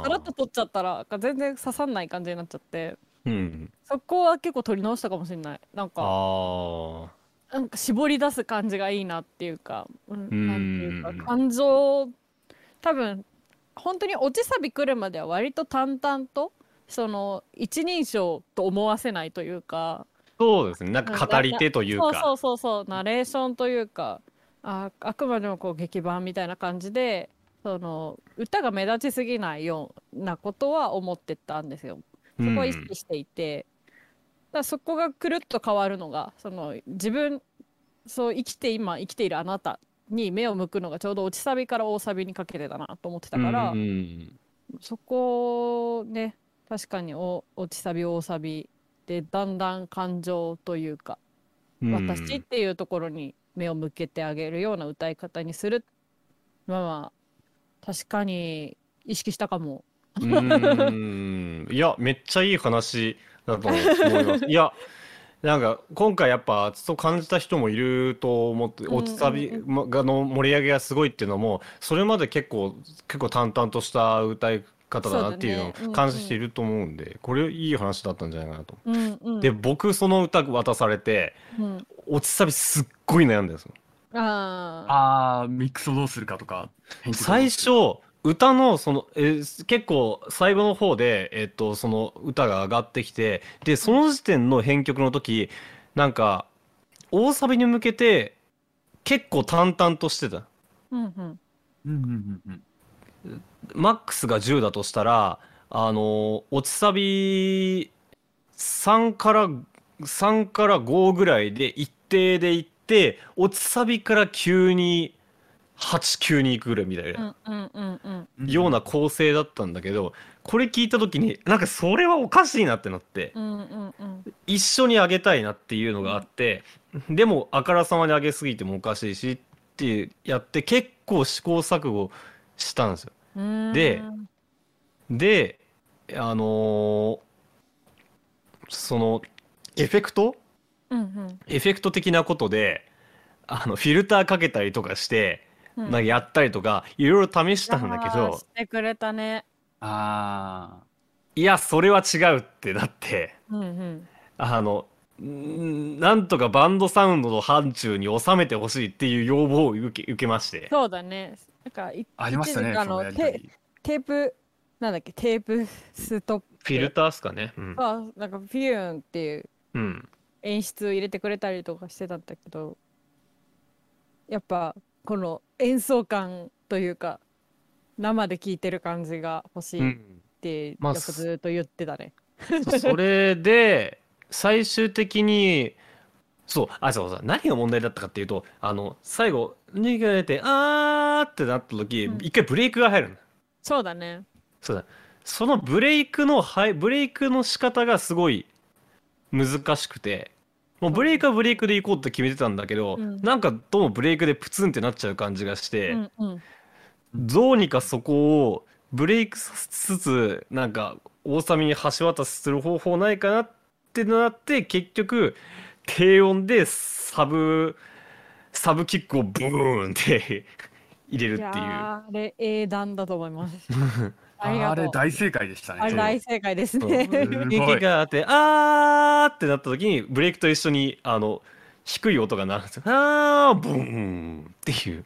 C: を
B: ー
C: さらっと取っちゃったら全然刺さんない感じになっちゃって
B: うん。
C: そこは結構取り直したかもしれないなんか
B: あ
C: なんか絞り出す感じがいいなっていうか、うん
B: ん
C: なんていうか感情多分本当に落ちサビ来るまでは割と淡々とその一人称と思わせないというか
B: あ、そうですね。なんか 語り手という
C: そうそ
B: か。
C: うそうそうナレーションというかああくまでもこう劇版みたいな感じでその歌が目立ちすぎないようなことは思ってたんですよ。そこは意識していて、だからそこがくるっと変わるのがその自分そう生きて今生きているあなたに目を向くのがちょうど落ちサビから大サビにかけてだなと思ってたから、
B: うんうん
C: そこをね確かにお落ちサビ大サビでだんだん感情というか
B: うん
C: 私っていうところに目を向けてあげるような歌い方にするまあまあ確かに意識したかも
B: うーんいやめっちゃいい話だと思います。いやなんか今回やっぱそう感じた人もいると思って
C: んうん
B: 落ちサビまがの盛り上げがすごいっていうのもそれまで結構結構淡々とした歌い方だなっていうの
C: そうだねうんう
B: を
C: ん
B: 感じていると思うんでこれいい話だったんじゃないかなと。
C: うんうん
B: で僕その歌渡されて
C: うん
B: 落ちサビすっごい悩んだんですよ。
C: あ
D: あーミックスをどうするかとか編曲をど
B: 最
D: うするか
B: 初歌のそのえー結構最後の方で、えっとその歌が上がってきてでその時点の編曲の時なんか大サビに向けて結構淡々としてた
C: ーうんうん
D: うんうんうんうん
B: マックスが10だとしたらあの落ちサビ3から3から5ぐらいで一定でいって落ちサビから急に89に行くぐらいみたいな。
C: うんうんうんうん
D: うん
B: ような構成だったんだけどこれ聞いた時になんかそれはおかしいなってなって
C: うんうんうん
B: 一緒にあげたいなっていうのがあってでもあからさまにあげすぎてもおかしいしってやって結構試行錯誤したんですよ。
C: うーん
B: でであのーそのエフェクト
C: うんうん
B: エフェクト的なことであのフィルターかけたりとかして
C: う
B: なんんかやったりとかいろいろ試したんだけ
C: あー
B: ど
C: してくれたね
D: あ
B: いやそれは違うってだって
C: うんうん
B: あのんなんとかバンドサウンドの範疇に収めてほしいっていう要望を受け受けまして
C: そうだねなんかい
D: あありましたね
C: 一時あ
D: そ
C: の
D: のやりとり
C: テープなんだっけテープストッ
B: フィルターっすかねうん
C: プ、はなんかピューンっていう
B: うん、
C: 演出を入れてくれたりとかしてたんだけどやっぱこの演奏感というか生で聴いてる感じが欲し
B: う
C: いっ
B: ん
C: て、
B: まあ
C: やっぱずっと言ってたね。
B: それで最終的にそうあそうそう何が問題だったかっていうとあの最後逃げてあーってなった時、
C: うん
B: 一回ブレイクが入るの
C: そうだね。
B: そうだそのブレイクのはいブレイクの仕方がすごい難しくてもうブレイクはブレイクで行こうって決めてたんだけど、
C: うん
B: なんかどうもブレイクでプツンってなっちゃう感じがして、
C: うんうん。
B: どうにかそこをブレイクさせつつなんか王様に橋渡しする方法ないかなってなって結局低音でサブサブキックをブーンって 入れる
C: いや
B: っていう。
C: ーあれ英断だと思います。 あり
D: あ
C: が
D: あ
C: とう
D: れ。大正解でしたね
C: あれ大正解ですね。
D: すごい
B: 息があって、あーってなった時に、ブレイクと一緒に、あの、低い音が鳴るんですよ。あー、ブーンっていう。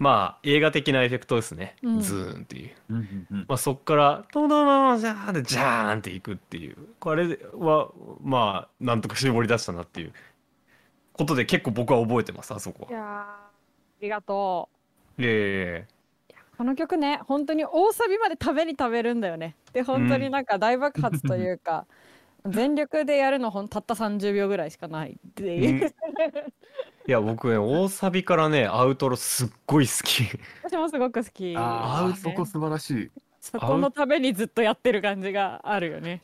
B: まあ、映画的なエフェクトですね。
C: うん
B: ズーンっていう。
D: うんうんうん
B: まあ、そっから、トントントンジャーンって、ジャーンっていくっていう。これは、まあ、なんとか絞り出したなっていうことで、結構僕は覚えてます、あそこ
C: い
B: は。
C: やーありがとう。
B: え
C: この曲ね本当に大サビまで食べに食べるんだよね。で本当になんか大爆発というか、全力でやるのほんたった30秒ぐらいしかないって
B: え
C: いう。
B: いや、僕ね、大サビからね、アウトロすっごい好き。
C: 私もすごく好き。
D: あ
B: ー
D: あそこ素晴らしい
C: そこのためにずっとやってる感じがあるよね。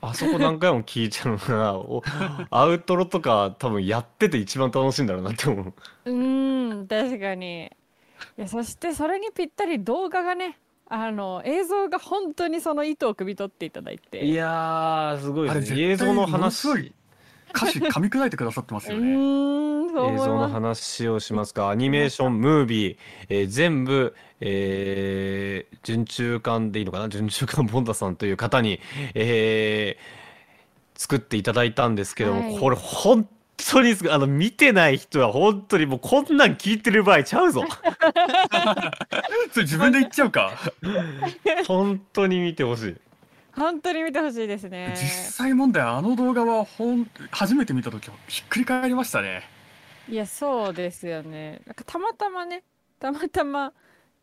B: あそこ何回も聞いちゃうのがおアウトロとか多分やってて一番楽しいんだろうなって思う。
C: うーん確かにいやそしてそれにぴったり動画がねあの映像が本当にその糸を汲み取っていただいて
B: いやーすごい
D: あれ
B: です
D: 絶
B: ね。
D: 対
B: 映像の話
D: ものすごい歌詞噛み砕いてくださってます
C: う
D: よね
C: ーんそう
B: 映
C: 思い
B: 像の
C: ます
B: 話をしますかアニメーションムービー、えー全部、えー、準中間でいいのかな準中間ボンダさんという方に、えー作っていただいたんですけども、
C: はい
B: これ本当にすごいあの見てない人は本当にもうこんなん聞いてる場合ちゃう ぞ
D: それ自分で言っちゃうか
B: 本当に見てほし い。
C: 本当に見てほしいですね
D: 実際問題あの動画はほん初めて見た時はひっくり返りましたね
C: いやそうですよねなんかたまたまねたまたま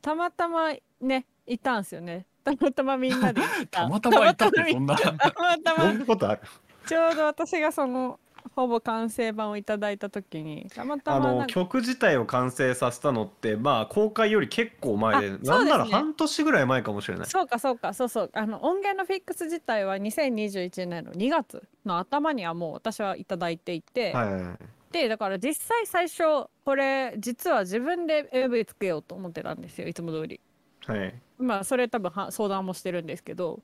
C: たまたまねいたんすよねたまたまみんなで行った
D: またまいたってそんな
C: たまたま
B: どんなことある
C: ちょうど私がそのほぼ完成版をいただいた時にたまた
B: あ
C: まなん
B: の
C: か
B: 曲自体を完成させたのってまあ公開より結構前で
C: あそうですね
B: なんなら半年ぐらい前かもしれない
C: そうかそうかそうそうあの音源のフィックス自体は2021年の2月の頭にはもう私はいただいていて、
B: はいはいはい
C: でだから実際最初これ実は自分で MV つけようと思ってたんですよいつも通り
B: はい
C: まあそれ多分は相談もしてるんですけど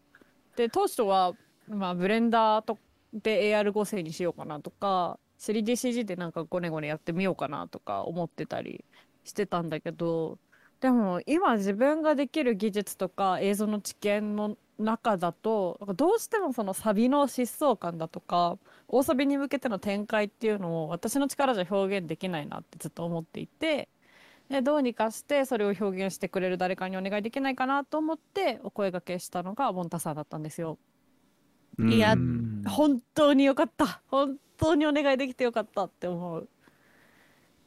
C: で当初は、まあ、ブレンダーとで AR5000 にしようかなとか 3DCG でなんかゴネゴネやってみようかなとか思ってたりしてたんだけどでも今自分ができる技術とか映像の知見の中だとなんかどうしてもそのサビの疾走感だとか大サビに向けての展開っていうのを私の力じゃ表現できないなってずっと思っていて。でどうにかしてそれを表現してくれる誰かにお願いできないかなと思ってお声掛けしたのがボンタさんだったんですよ。いや
B: うん
C: 本当によかった本当にお願いできてよかったって思う。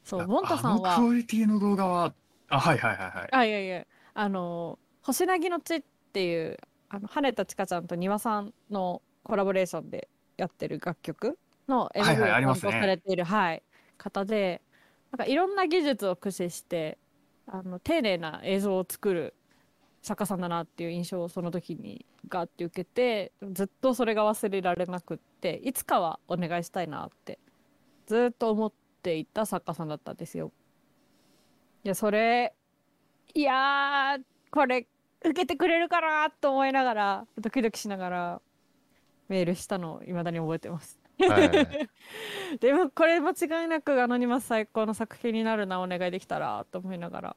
C: そうボンタさんは
D: あのクオリティの動画はあはいはいはいはい
C: あいやいやあの「星なぎの地」っていうあの羽田ちかちゃんと丹羽さんのコラボレーションでやってる楽曲の
D: はい
C: MV を
D: あ
C: 担
D: ります
C: 当
D: ね
C: されている、はい方でなんかいろんな技術を駆使してあの丁寧な映像を作る作家さんだなっていう印象をその時にガーって受けてずっとそれが忘れられなくっていつかはお願いしたいなってずっと思っていた作家さんだったんですよ。いやそれいやーこれ受けてくれるかなと思いながらドキドキしながらメールしたのを未だに覚えてます。
B: はいはいはい
C: でもこれ間違いなくアノニマス最高の作品になるなお願いできたらと思いながら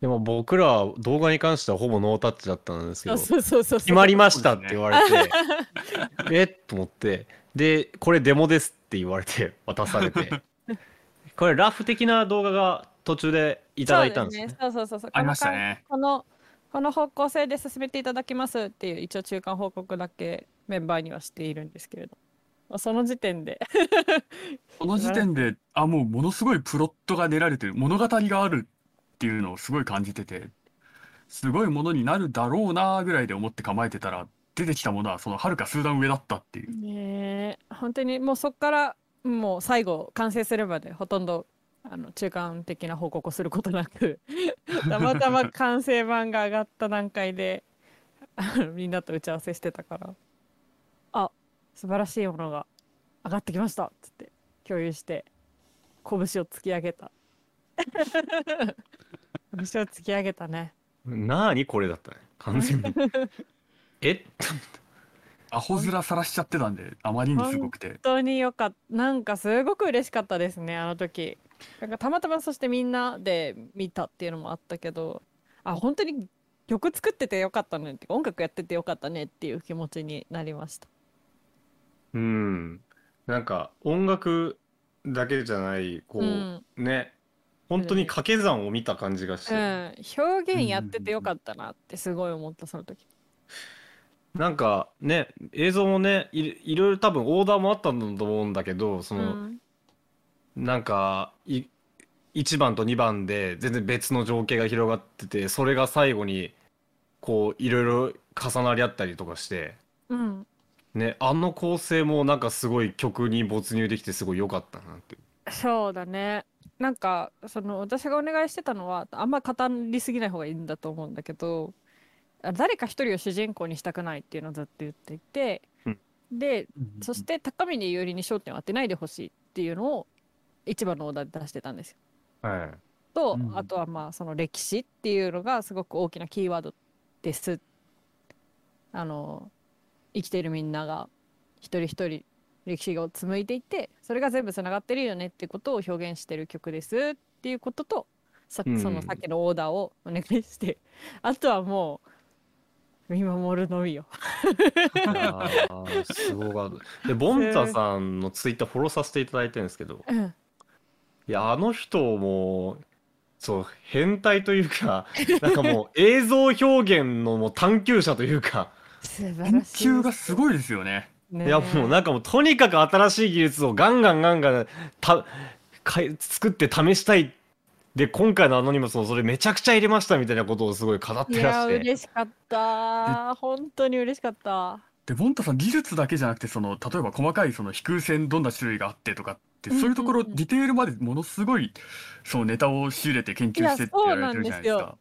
B: でも僕ら動画に関してはほぼノータッチだったんですけ
C: そ
B: ど
C: うそうそうそう
B: 決まりましたって言われて、 えっと思ってでこれデモですって言われて 渡されてこれラフ的な動画が途中でいただいたんですね
C: そうですねそうそうそう
D: ありましたね
C: このこの方向性で進めていただきますっていう一応中間報告だけメンバーにはしているんですけれどまあその時点で
D: この時点で、あ、もうものすごいプロットが練られてる、物語があるっていうのをすごい感じてて、すごいものになるだろうなぐらいで思って構えてたら、出てきたものはその遥か数段上だったっていう。
C: ねえ本当にもうそこからもう最後完成するまでほとんどあの中間的な報告をすることなくたまたま完成版が上がった段階であのみんなと打ち合わせしてたからあ素晴らしいものが上がってきましたっつって共有して拳を突き上げた拳を突き上げたね
B: なーにこれだったね完全に え
D: アホ面さらしちゃってたんで、あまりにすごくて。
C: 本当によかったなんかすごく嬉しかったですねあの時なんかたまたまそしてみんなで見たっていうのもあったけどあ本当に曲作っててよかったねって音楽やっててよかったねっていう気持ちになりました
B: うんなんか音楽だけじゃないこう、
C: うん、
B: ね本当に掛け算を見た感じがし
C: う
B: て、
C: ん、表現やっててよかったなってすごい思ったその時
B: なんかね映像もねいいろいろ多分オーダーもあったんだと思うんだけどそうの、
C: ん
B: なんかい1番と2番で全然別の情景が広がっててそれが最後にこういろいろ重なり合ったりとかして、
C: うん
B: ね、あの構成もなんかすごい曲に没入できてすごい良かったなって
C: そうだねなんかその私がお願いしてたのはあんま語りすぎない方がいいんだと思うんだけどあ誰か一人を主人公にしたくないっていうのをずっと言っていて、
B: うん
C: でそして高峰伊織に焦点を当てないでほしいっていうのを一番のオーダーで出してたんですよ。
B: はい、
C: と、
D: うん
C: あとはまあその歴史っていうのがすごく大きなキーワードです。あの生きているみんなが一人一人歴史を紡いでいてそれが全部つながってるよねってことを表現してる曲ですっていうこととさ
B: うん
C: そのさっきのオーダーをお願いして、あとはもう見守るのみよ。
B: あーすごかったでボンタさんのツイッターフォローさせていただいてるんですけど
C: うん
B: いやあの人もそう変態という かなんかもう映像表現のもう探求者というか。
C: 素晴
D: 研
C: らしい
D: 究がすごいですよね。
C: ね
B: いやもうなんかもうとにかく新しい技術をガンガンガンガンたかい作って試したいで今回のアノニマスもそれめちゃくちゃ入れましたみたいなことをすごい語っ
C: い
B: てら
C: や
B: してい
C: 嬉しかった本当に嬉しかった
D: で、ボンタさん、技術だけじゃなくて、その、例えば細かいその飛空船どんな種類があってとかって、そういうところ、
C: うんうんうん
D: ディテールまでものすごい、そのネタを仕入れて研究してってやられてるじゃないです
C: いやそうなん
D: か。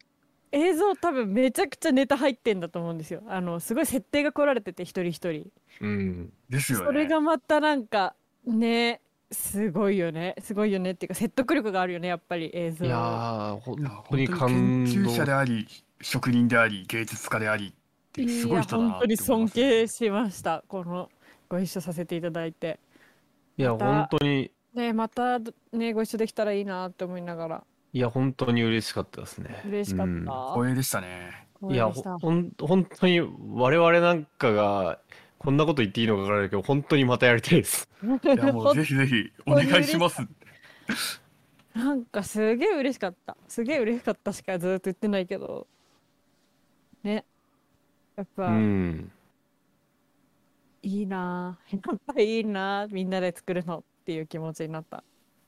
C: 映像多分めちゃくちゃネタ入ってんだと思うんですよあのすごい設定が来られてて一人一人
B: うん
D: ですよね。
C: それがまたなんかねすごいよねすごいよねっていうか説得力があるよねやっぱり映像
B: いやー本
D: いや
B: 当に
D: 本
B: 感
D: 研究者で
B: 動
D: あり職人であり芸術家でありってすごい人だ
C: や
D: な
C: 本
D: っ
C: 当に
D: て思
C: 尊
D: います
C: 敬しましたこのご一緒させていただいて
B: いや
C: また
B: 本当に
C: ねまたねご一緒できたらいいなって思いながら
B: いや本当に嬉しかったですね
C: 嬉しかっ
B: うん
C: た、
D: 光栄でしたね
B: いや
C: 光栄でした
B: ほほん本当に我々なんかがこんなこと言っていいのか分からないけど本当にまたやりたいです
D: いやもうぜひぜひお願いします
C: なんかすげえ嬉しかったすげえ嬉しかったしかずっと言ってないけどねやっぱ、
B: うん
C: いいな あやっぱいいなあみんなで作るのっていう気持ちになった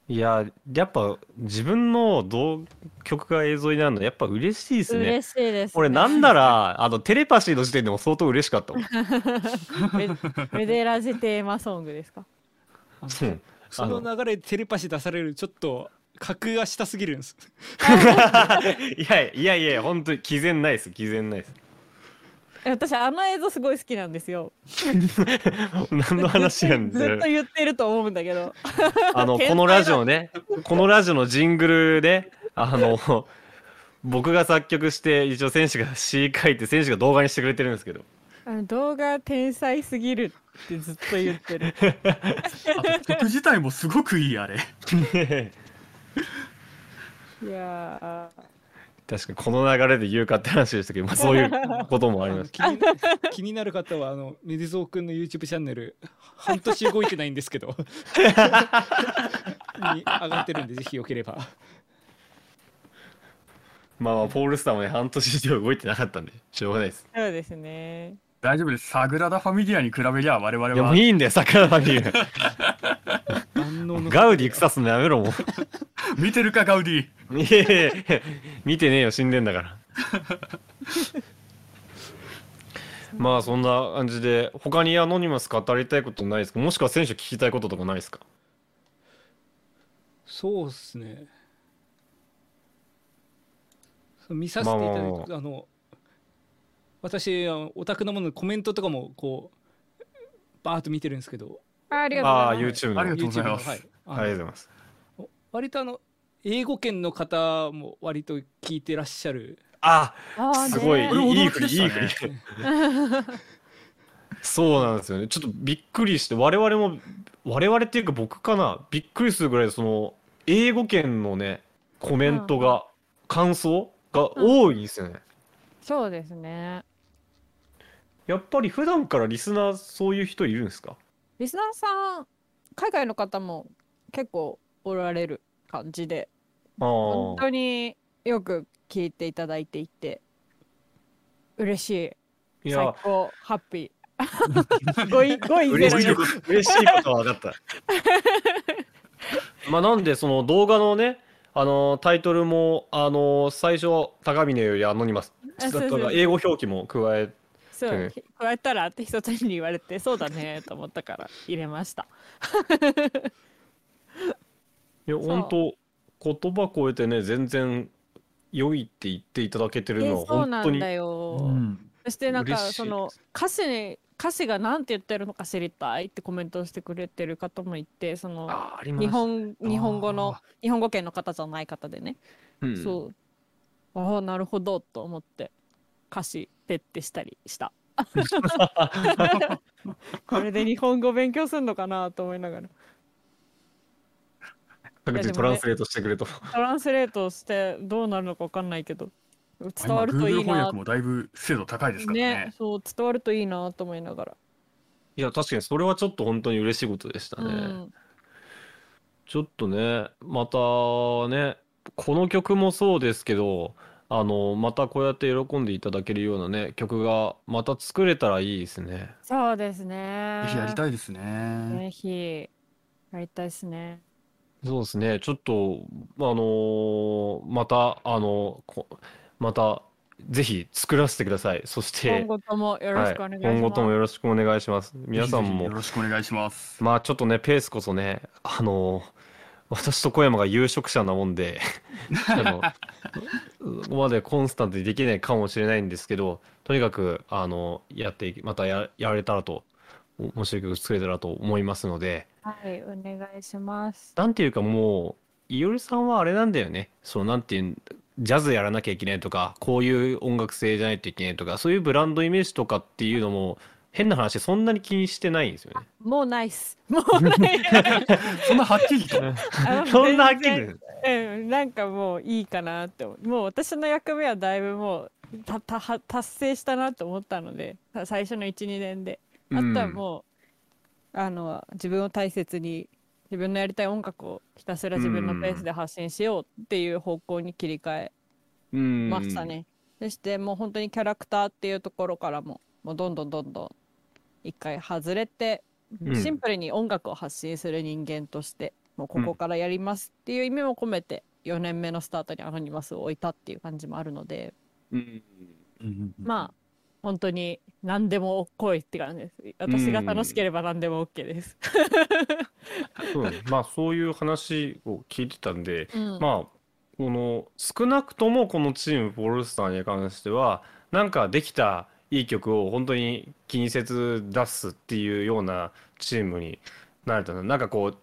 B: いや、やっぱ自分の動曲が映像になるのやっぱ嬉しいですね。
C: 嬉しいです、ね、
B: 俺なんならあのテレパシーの時点でも相当嬉しかったも ん。
C: メメデラジテーマソングですか
B: そう
A: その流れでテレパシー出されるちょっと格が下すぎる んです
B: いやいやいや本当に毅然ないです毅然ないです。
C: え私あの映像すごい好きなんですよ
B: 何の話やん
C: ずっと
B: で。
C: 言ってると思うんだけど
B: あの
C: 天才
B: こ
C: だ
B: のラジオねこのラジオのジングルであの僕が作曲して一応選手が詩書いて選手が動画にしてくれてるんですけど。
C: あの動画天才すぎるってずっと言って る
D: あと曲自体もすごくいいあれ
C: いやあ
B: 確かにこの流れで言うかって話でしたけど、まあ、そういうこともありま
A: の
B: す
A: 気に気になる方はあのメディゾーくんの YouTube チャンネル半年動いてないんですけどに上がってるんでぜひよけ れば
B: まあまあポールスターもね半年以上動いてなかったんでしょうがないです
C: そうですね。
D: 大丈夫です。サグラダ・ファミリアに比べりゃ我々
B: いやもう
D: はい
B: いんだよ桜田ファミリー
A: 万能の
B: ガウディ腐すのやめろも
D: 見てるかガウディ。
B: ういやいやいや 見てねえよ死んでんだからまあそんな感じで他にアノニマス語りたいことないですかもしくは選手聞きたいこととかないですか
A: そうっすねそう見させていただいて、
B: まあまあま
A: あの私あのオタクのものコメントとかもこうバーッと見てるんですけど
C: ああり
B: あ
C: が
B: あ
C: とうござい
B: YouTube の
C: ます。
D: あ
B: あ
D: り
B: りが
D: がと
B: と
D: うございます
A: YouTube の
B: う
A: はいあの
B: ございます
A: 割とあの英語圏の方も割と聞いてらっしゃる
B: あ
C: あーね
B: すごい
D: これ驚き
B: いい振り
D: でしたね
B: いい振りそうなんですよねちょっとびっくりして我々も我々っていうか僕かなびっくりするぐらいその英語圏のねコメントが、感想が多いんですよね、
C: そうですね。
B: やっぱり普段からリスナーそういう人いるんですか
C: リスナーさん、海外の方も結構おられる感じで、
B: あ
C: 本
B: あ
C: 当によく聞いていただいていて、嬉し
B: い
C: い。最
B: や
C: 高、ハッピ ー。ごい、ごいゼ
B: 嬉
C: ロ
B: しい
C: で
B: こと嬉しいことは分か ったまあなんでその動画のねあのタイトルもあの最初は高峰よりアノニマスだ
C: あ
B: っ
C: そう
B: た
C: そう
B: が英語表記も加え
C: そ
B: うん
C: う、加えたらって人たちに言われて、そうだねと思ったから入れました。
B: いや
C: う
B: 本当言葉超えてね全然良いって言っていただけてる
C: え
B: のは
C: そう
B: 本
C: な
B: 当
C: ん
B: に
C: だよ。そしてなんか
B: 嬉しいです
C: その歌詞に歌詞が何て言ってるのか知りたいってコメントをしてくれてる方もいてその
B: あーあります
C: 日本日本語の
A: あ
C: 日本語圏の方じゃない方でね、
B: うん
C: そうああなるほどと思って歌詞徹底したりした。これで日本語勉強すんのかなと思いながら
B: 各自トランスレートしてくれと
C: トランスレートしてどうなるのか分かんないけど伝
D: 今
C: わると
D: Google
C: いい
D: 翻
C: な
D: 訳もだいぶ精度高いですからね。
C: ねそう伝わるといいなと思いながら、
B: いや確かにそれはちょっと本当に嬉しいことでした
C: う
B: ね、
C: ん、
B: ちょっとねまたねこの曲もそうですけどあのまたこうやって喜んでいただけるようなね曲がまた作れたらいいですね
C: そうですね
D: ぜひやりたいですね。
C: ぜひやりたいですね。
B: そうですね、ちょっと、あのーまた、あのーこまた、ぜひ作らせてください。そして
C: 今、後ともよろしくお願いします。
B: はい今後ともよろしくお願いします。皆さん
D: ぜひぜ
B: も
D: ひよ、ろしくお願いします。
B: まあちょっとね、ペースこそね、あのー私と小山が有職者なもんで、あの、ここまでコンスタントにできないかもしれないんですけど、とにかく、あのやっていき、またや、やれたらと、面白い曲作れたらと思いますので、
C: はい、お願いします。
B: なんていうかもう、いおりさんはあれなんだよね。そのなんていうん、ジャズやらなきゃいけないとか、こういう音楽性じゃないといけないとか、そういうブランドイメージとかっていうのも、変な話、そんなに気にしてないんですよね。
C: もうないっす。もうない。
D: そんなはっきりと。
C: あの
B: そんなはっきり
C: 全然うん、なんかもういいかなって思う。もう私の役目はだいぶもうたたは達成したなと思ったので、さ最初の1、2年で。あとはもう、あの自分を大切に自分のやりたい音楽をひたすら自分のペースで発信しようっていう方向に切り替え
B: うん、うん
C: ました。ね。そしてもう本当にキャラクターっていうところからももうどんどんどんどん一回外れて、
B: うん
C: シンプルに音楽を発信する人間としてもうここからやりますっていう意味も込めて4年目のスタートにアノニマスを置いたっていう感じもあるので、
B: うん
C: まあ本当に何でも来いって感じです。私が楽しければ何でも OK です。
B: うんまあそういう話を聞いてたんで、
C: うん
B: まあこの少なくともこのチームフォルスターに関してはなんかできたいい曲を本当に気にせず出すっていうようなチームになれたななんかこう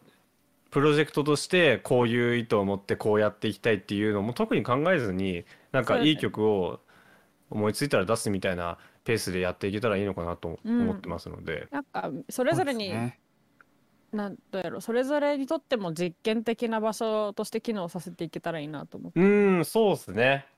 B: プロジェクトとしてこういう意図を持ってこうやっていきたいっていうのも特に考えずになんかいい曲を思いついたら出すみたいなペースでやっていけたらいいのかなと思ってますので、
C: なんかそれぞれ
D: そう
C: に
D: ですね
C: なんどうやろうそれぞれにとっても実験的な場所として機能させていけたらいいなと思って
B: うん、そうですね。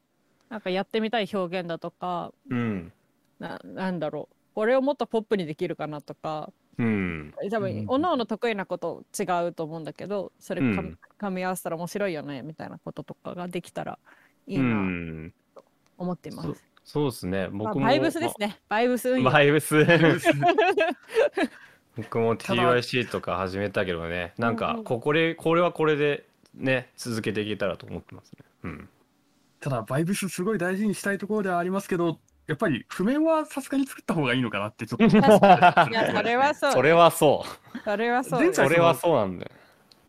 C: なんかやってみたい表現だとか
B: うん
C: ななんだろうこれをもっとポップにできるかなとか
B: うん
C: 多
A: うん
C: 分おのおの得意なこと違うと思うんだけどそれか、
B: うん
C: 噛み合わせたら面白いよねみたいなこととかができたらいいうなん思っています。
B: そそうですね
C: まあ
B: 僕も
C: バイブスですね。バイブス運用。
B: まあバイブス
C: う
B: 僕も
D: ただ
B: TYC とか始めたけどねなん
C: うん
B: か
C: うん
B: ここでこれはこれでね続けていけたらと思ってますねうん
D: ただバイブスすごい大事にしたいところではありますけどやっぱり譜面はさすがに作った方がいいのかなってちょっと
C: 確
D: か
C: いやそれはそう。
B: それはそう
C: それはそう
D: 前
C: です。
D: 回
B: それはそうなんだよ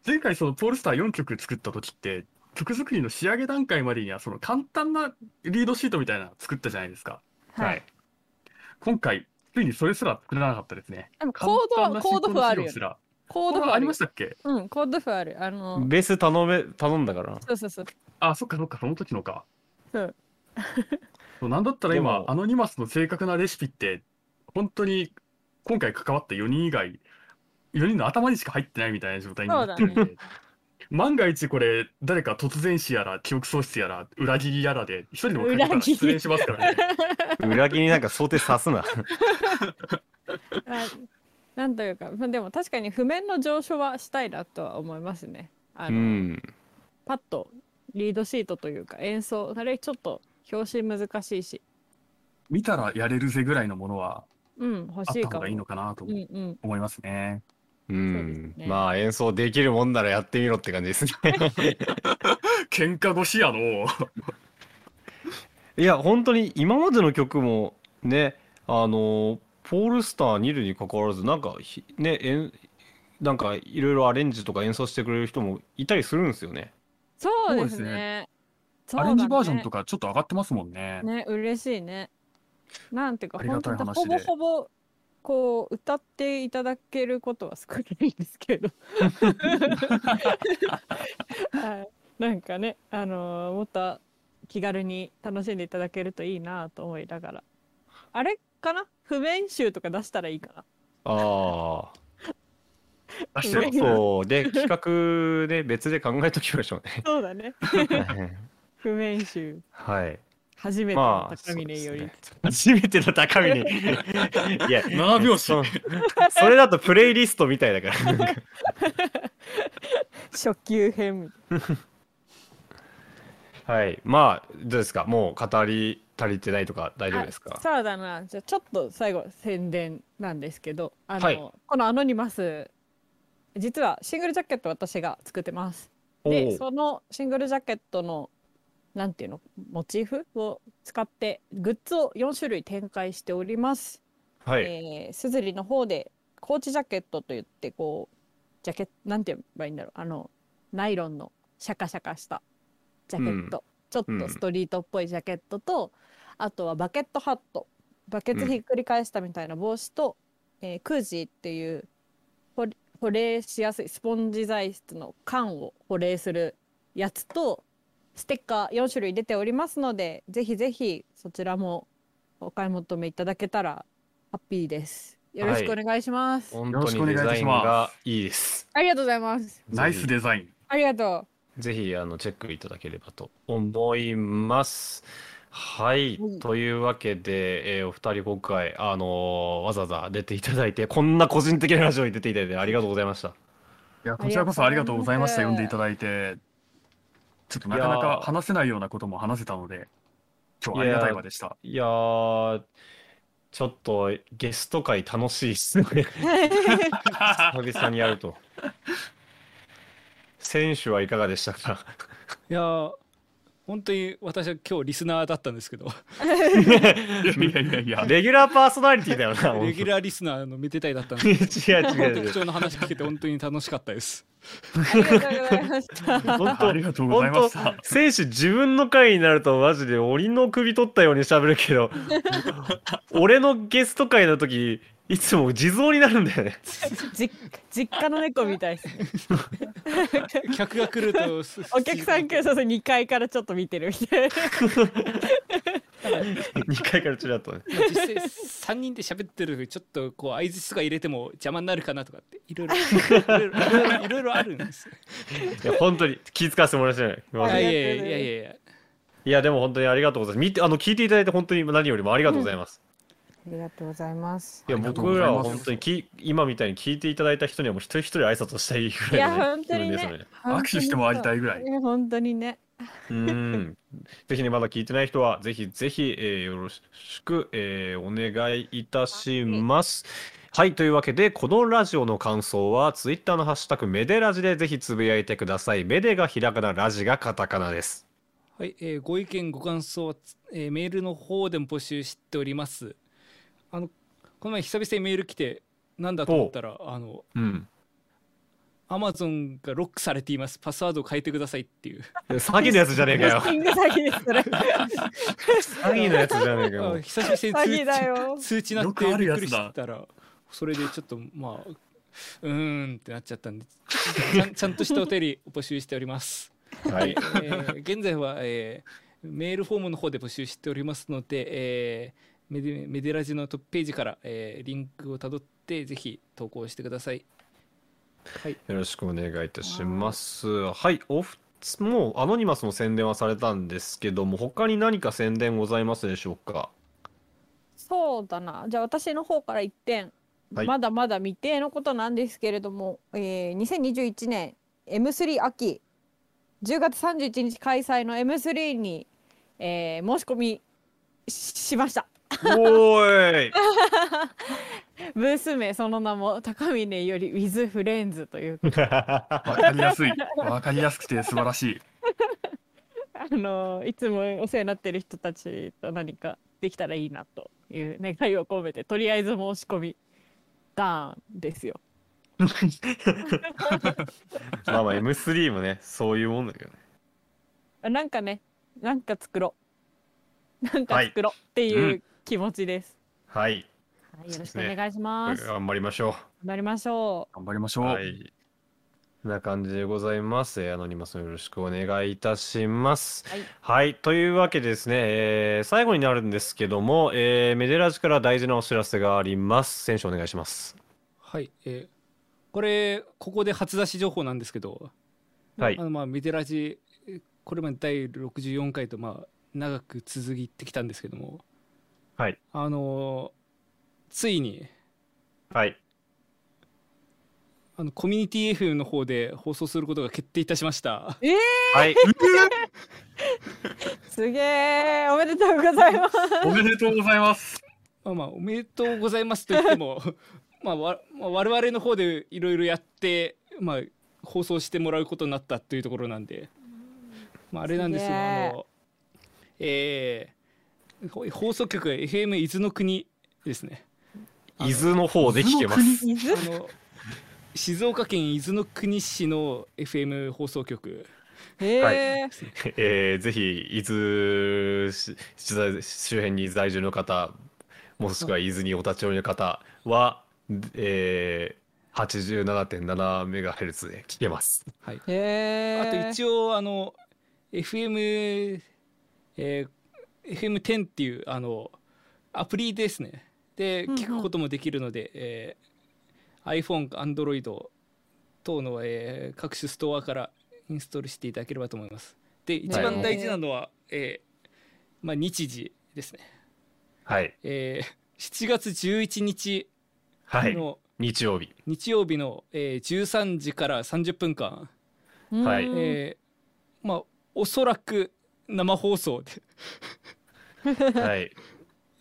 D: 前回そのポールスター4曲作った時って曲作りの仕上げ段階までにはその簡単なリードシートみたいなの作ったじゃないですか
C: はい。
D: 今回ついにそれすら作らなかったですね
C: でもコ
D: 簡
C: ード
D: 単な
C: コード譜
D: 進行の
C: あ
D: 資
C: る
D: 料
C: よ
D: す
C: ね。
D: ら
C: コ
D: コ
C: ード
D: ー
C: 譜
D: ドありまし
C: す
D: たっけ
C: うん、コード譜ある。あの、
B: ベース頼め頼んだから
C: そうそうそう。
D: あそっかそっかその時のか
C: そう
D: そうなんだったら
B: で
D: 今
B: も
D: アノニマスの正確なレシピって本当に今回関わった4人以外4人の頭にしか入ってないみたいな状態になってるんで
C: そう
D: 万が一これ誰か突然死やら記憶喪失やら裏切りやらで一人でもかけた
C: 裏
D: ら
C: 切り
D: 失恋しますからね
B: 裏切りなんか想定さすな
C: あなんというか、まあでも確かに譜面の上昇はしたいなとは思いますね。あ
B: う
C: の、
B: ん
C: パッとリードシートというか演奏、あれちょっと表紙難しいし、
D: 見たらやれるぜぐらいのものは
C: うん、欲
D: あっ
C: しい
D: た
C: か
D: 方
C: も。
D: がいいのかなと
C: うんうん。
D: 思いますね。
B: う
C: そうで
B: ん
C: すね
B: まあ演奏できるもんならやってみろって感じ ですね
D: 喧嘩腰やのう
B: いや本当に今までの曲もねあのポールスター2るに関わらずなんかひねえんなんかいろいろアレンジとか演奏してくれる人もいたりするんですよね
C: そう
D: そう
C: で
D: ですすね
C: ね。
D: アレンジバージョンと
C: か。
D: かちょっと上がってますもんね。
C: ね、嬉しいね。なんていうか、
D: ありがたい
C: 本当
D: 話
C: ほぼ
D: で
C: ほぼ、こう、歌っていただけることは少ないんですけど。はいなんかね、あのーもっと気軽に楽しんでいただけるといいなと思いながら。あれかな譜面集とか出したらいいかな。
B: ああ
D: 出してる
C: ね
B: そうで企画で別で考えときましょうね
C: そうだね。譜面集。
B: はい
C: 初めての
B: まあ
C: 高峰より。
B: 初めての高 峰いや
D: 7拍子
B: そそれだとプレイリストみたいだから
C: 初級編みたい
B: はいまあどうですかもう語り足りてないとか大丈夫です
C: あ
B: か
C: そうだなじゃあちょっと最後宣伝なんですけどあの、
B: はい
C: この「アノニマス」実はシングルジャケット私が作ってます
B: お
C: で
B: う
C: そのシングルジャケットのなんていうのモチーフを使ってグッズを4種類展開しております
B: はい
C: えーすずりの方でコーチジャケットといってこうジャケットなんて言えばいいんだろうあのナイロンのシャカシャカしたジャケット、ちょっとストリートっぽいジャケットと、あとはバケットハットバケツひっくり返したみたいな帽子と、えークージーっていう保保冷しやすいスポンジ材質の缶を保冷するやつとステッカー4種類出ておりますのでぜひぜひそちらもお買い求めいただけたらハッピーです。よろしくお願いします。
B: 本
D: よろ
B: 当
D: しくお
B: に
D: 願い
B: デザ
D: いた
B: イ
D: し
B: ン
D: ます
B: がいいです
C: ありがとうございます。
D: ナイスデザイン。
C: ありがと
B: ぜひあのチェックいただければと思います。はい、
C: はい
B: というわけで、えーお二人今回、あのーわざわざ出ていただいてこんな個人的なラジオに出ていただいてありがとうございました。
D: いやこちらこそありがとうございまし
C: あ
D: た。
C: り
D: 呼
C: が
D: ん
C: とうご
D: でいただいて、ちょっとなかない
B: や
D: か
B: ー
D: 話せないようなことも話せたので、今日はありがたい場でした。
B: いやーちょっとゲスト会楽しいですね。
C: う。は
B: 久々にやると。選手はいかがでした か
A: いやー本当に私は今日リスナーだったんですけど
D: いやいやい やいや、
B: レギュラーパーソナリティだよな。
A: レギュ
B: ラ
A: ラーリスナーのめでたいだ ったんで
B: ー違う違う違
A: 特
B: う。
A: 徴の話聞けて本当に楽しかったです
C: ありがとうございました。
B: 本当
D: ありがとうございました
B: 本。当選手自分の回になるとマジで檻の首取ったように喋る けど俺のゲスト回の時いつも地蔵になるんだ よね
C: じ実家の猫みたいですね。
A: 客が来ると す
C: お客さん来るそうそう2階からちょっと見てるみたいな。
B: 2回からちらっとね
A: まあ実際3人で喋ってるちょっとこう相づちとか入れても邪魔になるかなとかっていろい ろいろいろい ろいろあるんです
B: いや本当に気遣わせてもらえてない
A: い
B: マ
A: や
B: ジ
A: い
B: で
A: やいやいやいや
B: いやでも本当にありがとうございます見てあの聞いていただいて本当に何よりもありがとうございます、
C: りがとうございます。
B: いや
D: ありがとう
B: 僕
D: ござい
B: ら
D: ます
B: は本当にき今みたいに聞いていただいた人にはもう一人一人挨拶をしたいぐ
C: い
B: らい
C: や
B: の、
C: 本当に
B: 気分です
C: ね
B: よ。
D: 握手してもらいた
C: い
D: いぐらい。
C: ね。本当にね。
B: うんぜひねまだ聞いてない人はぜひぜひ、えーよろしく、えーお願いいたします。はいというわけでこのラジオの感想はツイッターのハッシュタグメデラジでぜひつぶやいてください。メデがひらがなラジがカタカナ です。
A: はい、えーご意見ご感想、えーメールの方でも募集しておりますあのこの前久々にメール来てなんだと思ったらあの
B: うん。
A: アマゾンがロックされていますパスワードを変えてくださいっていう
B: 詐欺のやつじゃねえかよ
C: ポス。ティング詐欺ですそれ。
B: 詐欺のやつじゃねえ か
A: あ
B: よ。
A: 久々に通
C: 詐欺だよ
A: 知。通知なっ
D: よ
A: て
D: くある
A: びっ
D: や
A: く
D: つ
A: り
D: だ
A: したらそれでちょっとまあうーんってなっちゃったんでちゃんちゃんとしたお便りを募集しております
B: はい
A: え。ー現在は、えーメールフォームの方で募集しておりますので、えーメデメデラジのトップページから、えーリンクをたどってぜひ投稿してください。はい、
B: よろしくお願いいたします。はい、おふつもうアノニマスの宣伝はされたんですけども、他に何か宣伝ございますでしょう か。
C: そうだな。じゃあ私の方から一点、
B: はい
C: まだまだ未定のことなんですけれども、えー、2021年 M3 秋10月31日開催の M3 に、えー申し込みししました。
B: お ーい。
C: ブース名その名も高峰より with フレンズ という
D: わかりやすい。わかりやすくて素晴らしい。
C: あのいつもお世話になってる人たちと何かできたらいいなという願いを込めてとりあえず申し込みダーンですよ。
B: まあまあ M3 もねそういうもんだけどね。
C: なんかねなんか作ろう なんか
B: はい
C: 作ろうっていうう気持ちです、
B: はい。
C: はいよろしくお願いします、
B: 頑張りましょ
C: なりましょ
D: 頑張りまし
B: う。
D: ょう。
B: はい。こんな感じでございます。えーアノニマスもよろしくお願いいたします。
C: はい
B: というわけでですね、えー最後になるんですけども、えーメデラジから大事なお知らせがあります。選手お願いします。
A: はいえーこれここで初出し情報なんですけど、
B: はい
A: あ。のまあメデラジこれまで第64回とまあ長く続いてきたんですけども、
B: はい、
A: あのーついに
B: はい。
A: あのコミュニティ FM の方で放送することが決定いたしました。
B: はい。
C: うすげえおめでとうございます
D: おめでとうございます。
A: まあまあおめでとうございますと言っても まあわ、まあ、我々の方でいろいろやって、まあ、放送してもらうことになったというところなんで、まあ、あれなんです
C: す
A: よ
C: げ
A: あ
C: え
A: のえーほ放送局は FM 伊豆の国ですねあの
B: 伊豆の方で聞けます。
C: 伊豆
A: あの静岡県伊豆の国市の FM 放送局
C: へえ、
B: えーぜひ伊豆しし周辺に在住の方もしくは伊豆にお立ち寄りの方は、えー、87.7メガヘルツで聞けます。
C: へえ
A: あと一応あの FM、えー、FM10 っていうあのアプリですねで
C: うんうん
A: 聞くこともできるので、えー iPhone、Android 等の、えー各種ストアからインストールしていただければと思いますで一番大事なのは、えーまあ、日時ですね、
B: はい、
A: えー7月11日
B: はい、
A: の
B: 日曜日、
A: 日曜日の、えー13時から30分間
C: うん
B: はい
A: えーまあおそらく生放送で、
B: はい、
A: え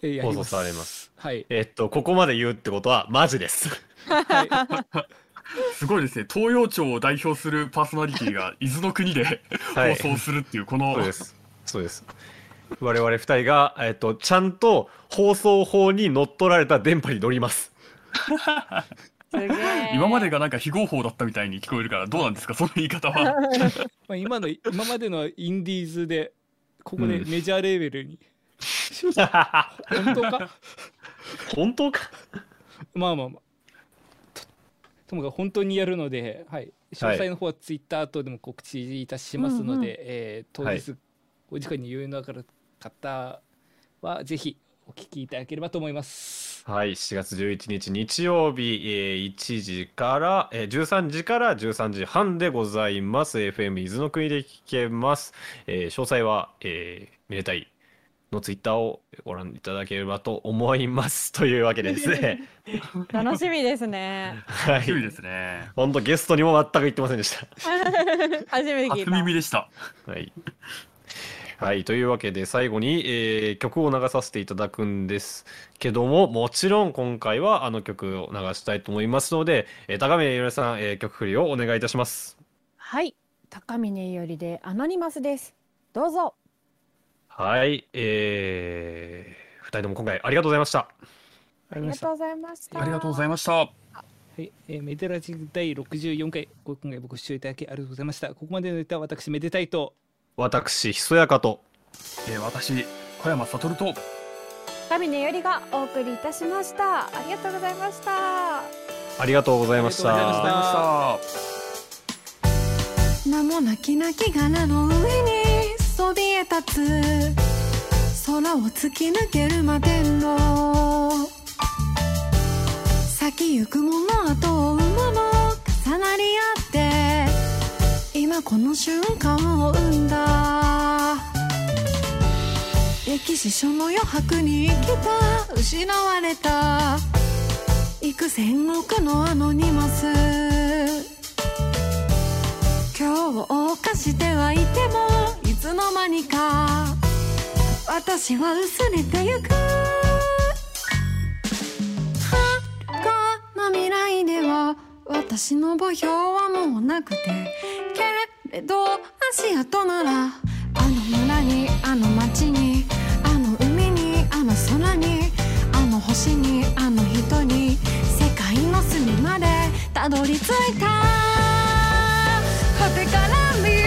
A: ーやり
B: 放送されます。
A: はい、
B: えっとここまで言うってことはマジです。
A: はい、
D: すごいですね。東洋町を代表するパーソナリティが伊豆の国で
B: はい、
D: 放送するっていうこの、
B: そうです、そうです。我々二人がえっとちゃんと放送法にのっとられた電波に乗ります。
C: すげえ
D: 今までがなんか非合法だったみたいに聞こえるからどうなんですかその言い方は。
A: まあ今の今までのはインディーズでここで
B: うん
A: メジャーレーベルに、本当か
B: 本当か。
A: まあまあまあとともかく本当にやるので、はい、詳細の方はツイッター等でも告知いたしますので、
C: うんうん
A: えー当
B: はい
A: 日お時間に余裕のある方はぜひお聞きいただければと思います。
B: はい、7月11日日曜日、えー1時から、えー13時から13時半でございます。FM 伊豆の国で聞けます。えー詳細は、えーめでたいのツイッターをご覧いただければと思います。というわけですね。
C: 楽しみです ね
B: は
D: 楽しみで
B: い。
D: すね。
B: 本当ゲストにも全く言ってませんでした。
C: 初めて聞い
D: 初
C: た
D: 耳でした。
B: はい。はい、というわけで最後に、えー曲を流させていただくんですけどももちろん今回はあの曲を流したいと思いますので、えー高峰ゆらさん、えー曲振りをお願いいたします。
C: はい高峰よりでアノニマスですどうぞ
B: はい、えー、2人とも今回ありがとうございました。
A: あ
C: あ
A: り
C: り
A: ま
C: が
A: し
C: とう
A: た。
C: ございました
D: ありがとうございました。
A: はい、えーメデラジ第64回、ご今回ご視聴いただきありがとうございました。ここまでの歌は私、めでたいと。
B: 私ひそやかと
D: えー私、小山悟と、
C: 高峰よりがお送りいたしましたありがとうございました
B: ありがとうございまし
A: あ
D: あ
A: り
D: り
A: がとう
D: がとう
A: ございまし
D: ございましたた。
E: 名もなきなき柄の上にそびえ立つ空を突き抜けるまでの先行くもの後を追うもの重なり合って今この瞬間を生んだ歴史書の余白に生きた失われた幾千億のアノニマス今日を犯してはいてもいつの間にか私は薄れてゆくはかの未来では私の墓標はもうなくてけれど足跡ならあの村にあの町にあの海にあの空にあの星にあの人に世界の隅までたどり着いた果てから見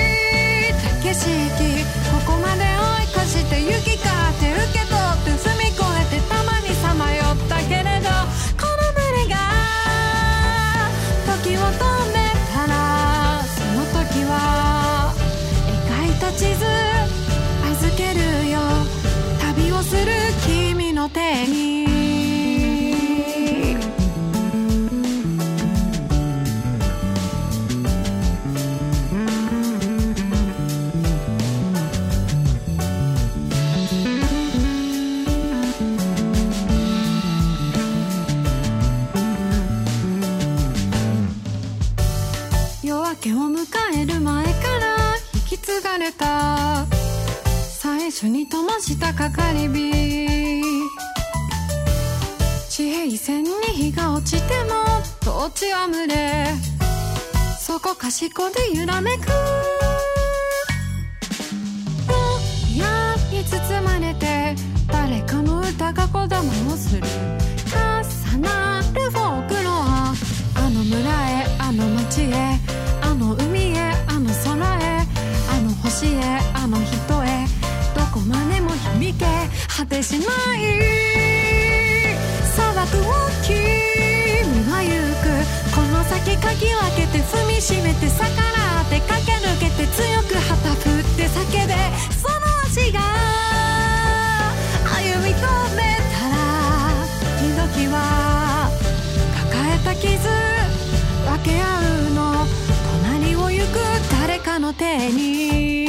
E: た景色ここまで追い越して雪かって受け取って住み越えてたまにさまよったけれどこの胸が時を止めたらその時は描いた地図預けるよ旅をする君の手に夜明けを迎える前から引き継がれた最初に灯した係火地平線に日が落ちてもトーチは群れそこかしこで揺らめくぼんやり包まれて誰かの歌がこだまをする重なるフォークロアあの村へあの町へあの海へあの空へあの星へあの人へどこまでも響け果てしない砂漠を君は行くこの先かき分けて踏みしめて逆らって駆け抜けて強く旗振って叫べその足が歩み止めたら時々は抱えた傷分け合うの隣を行く誰かの手に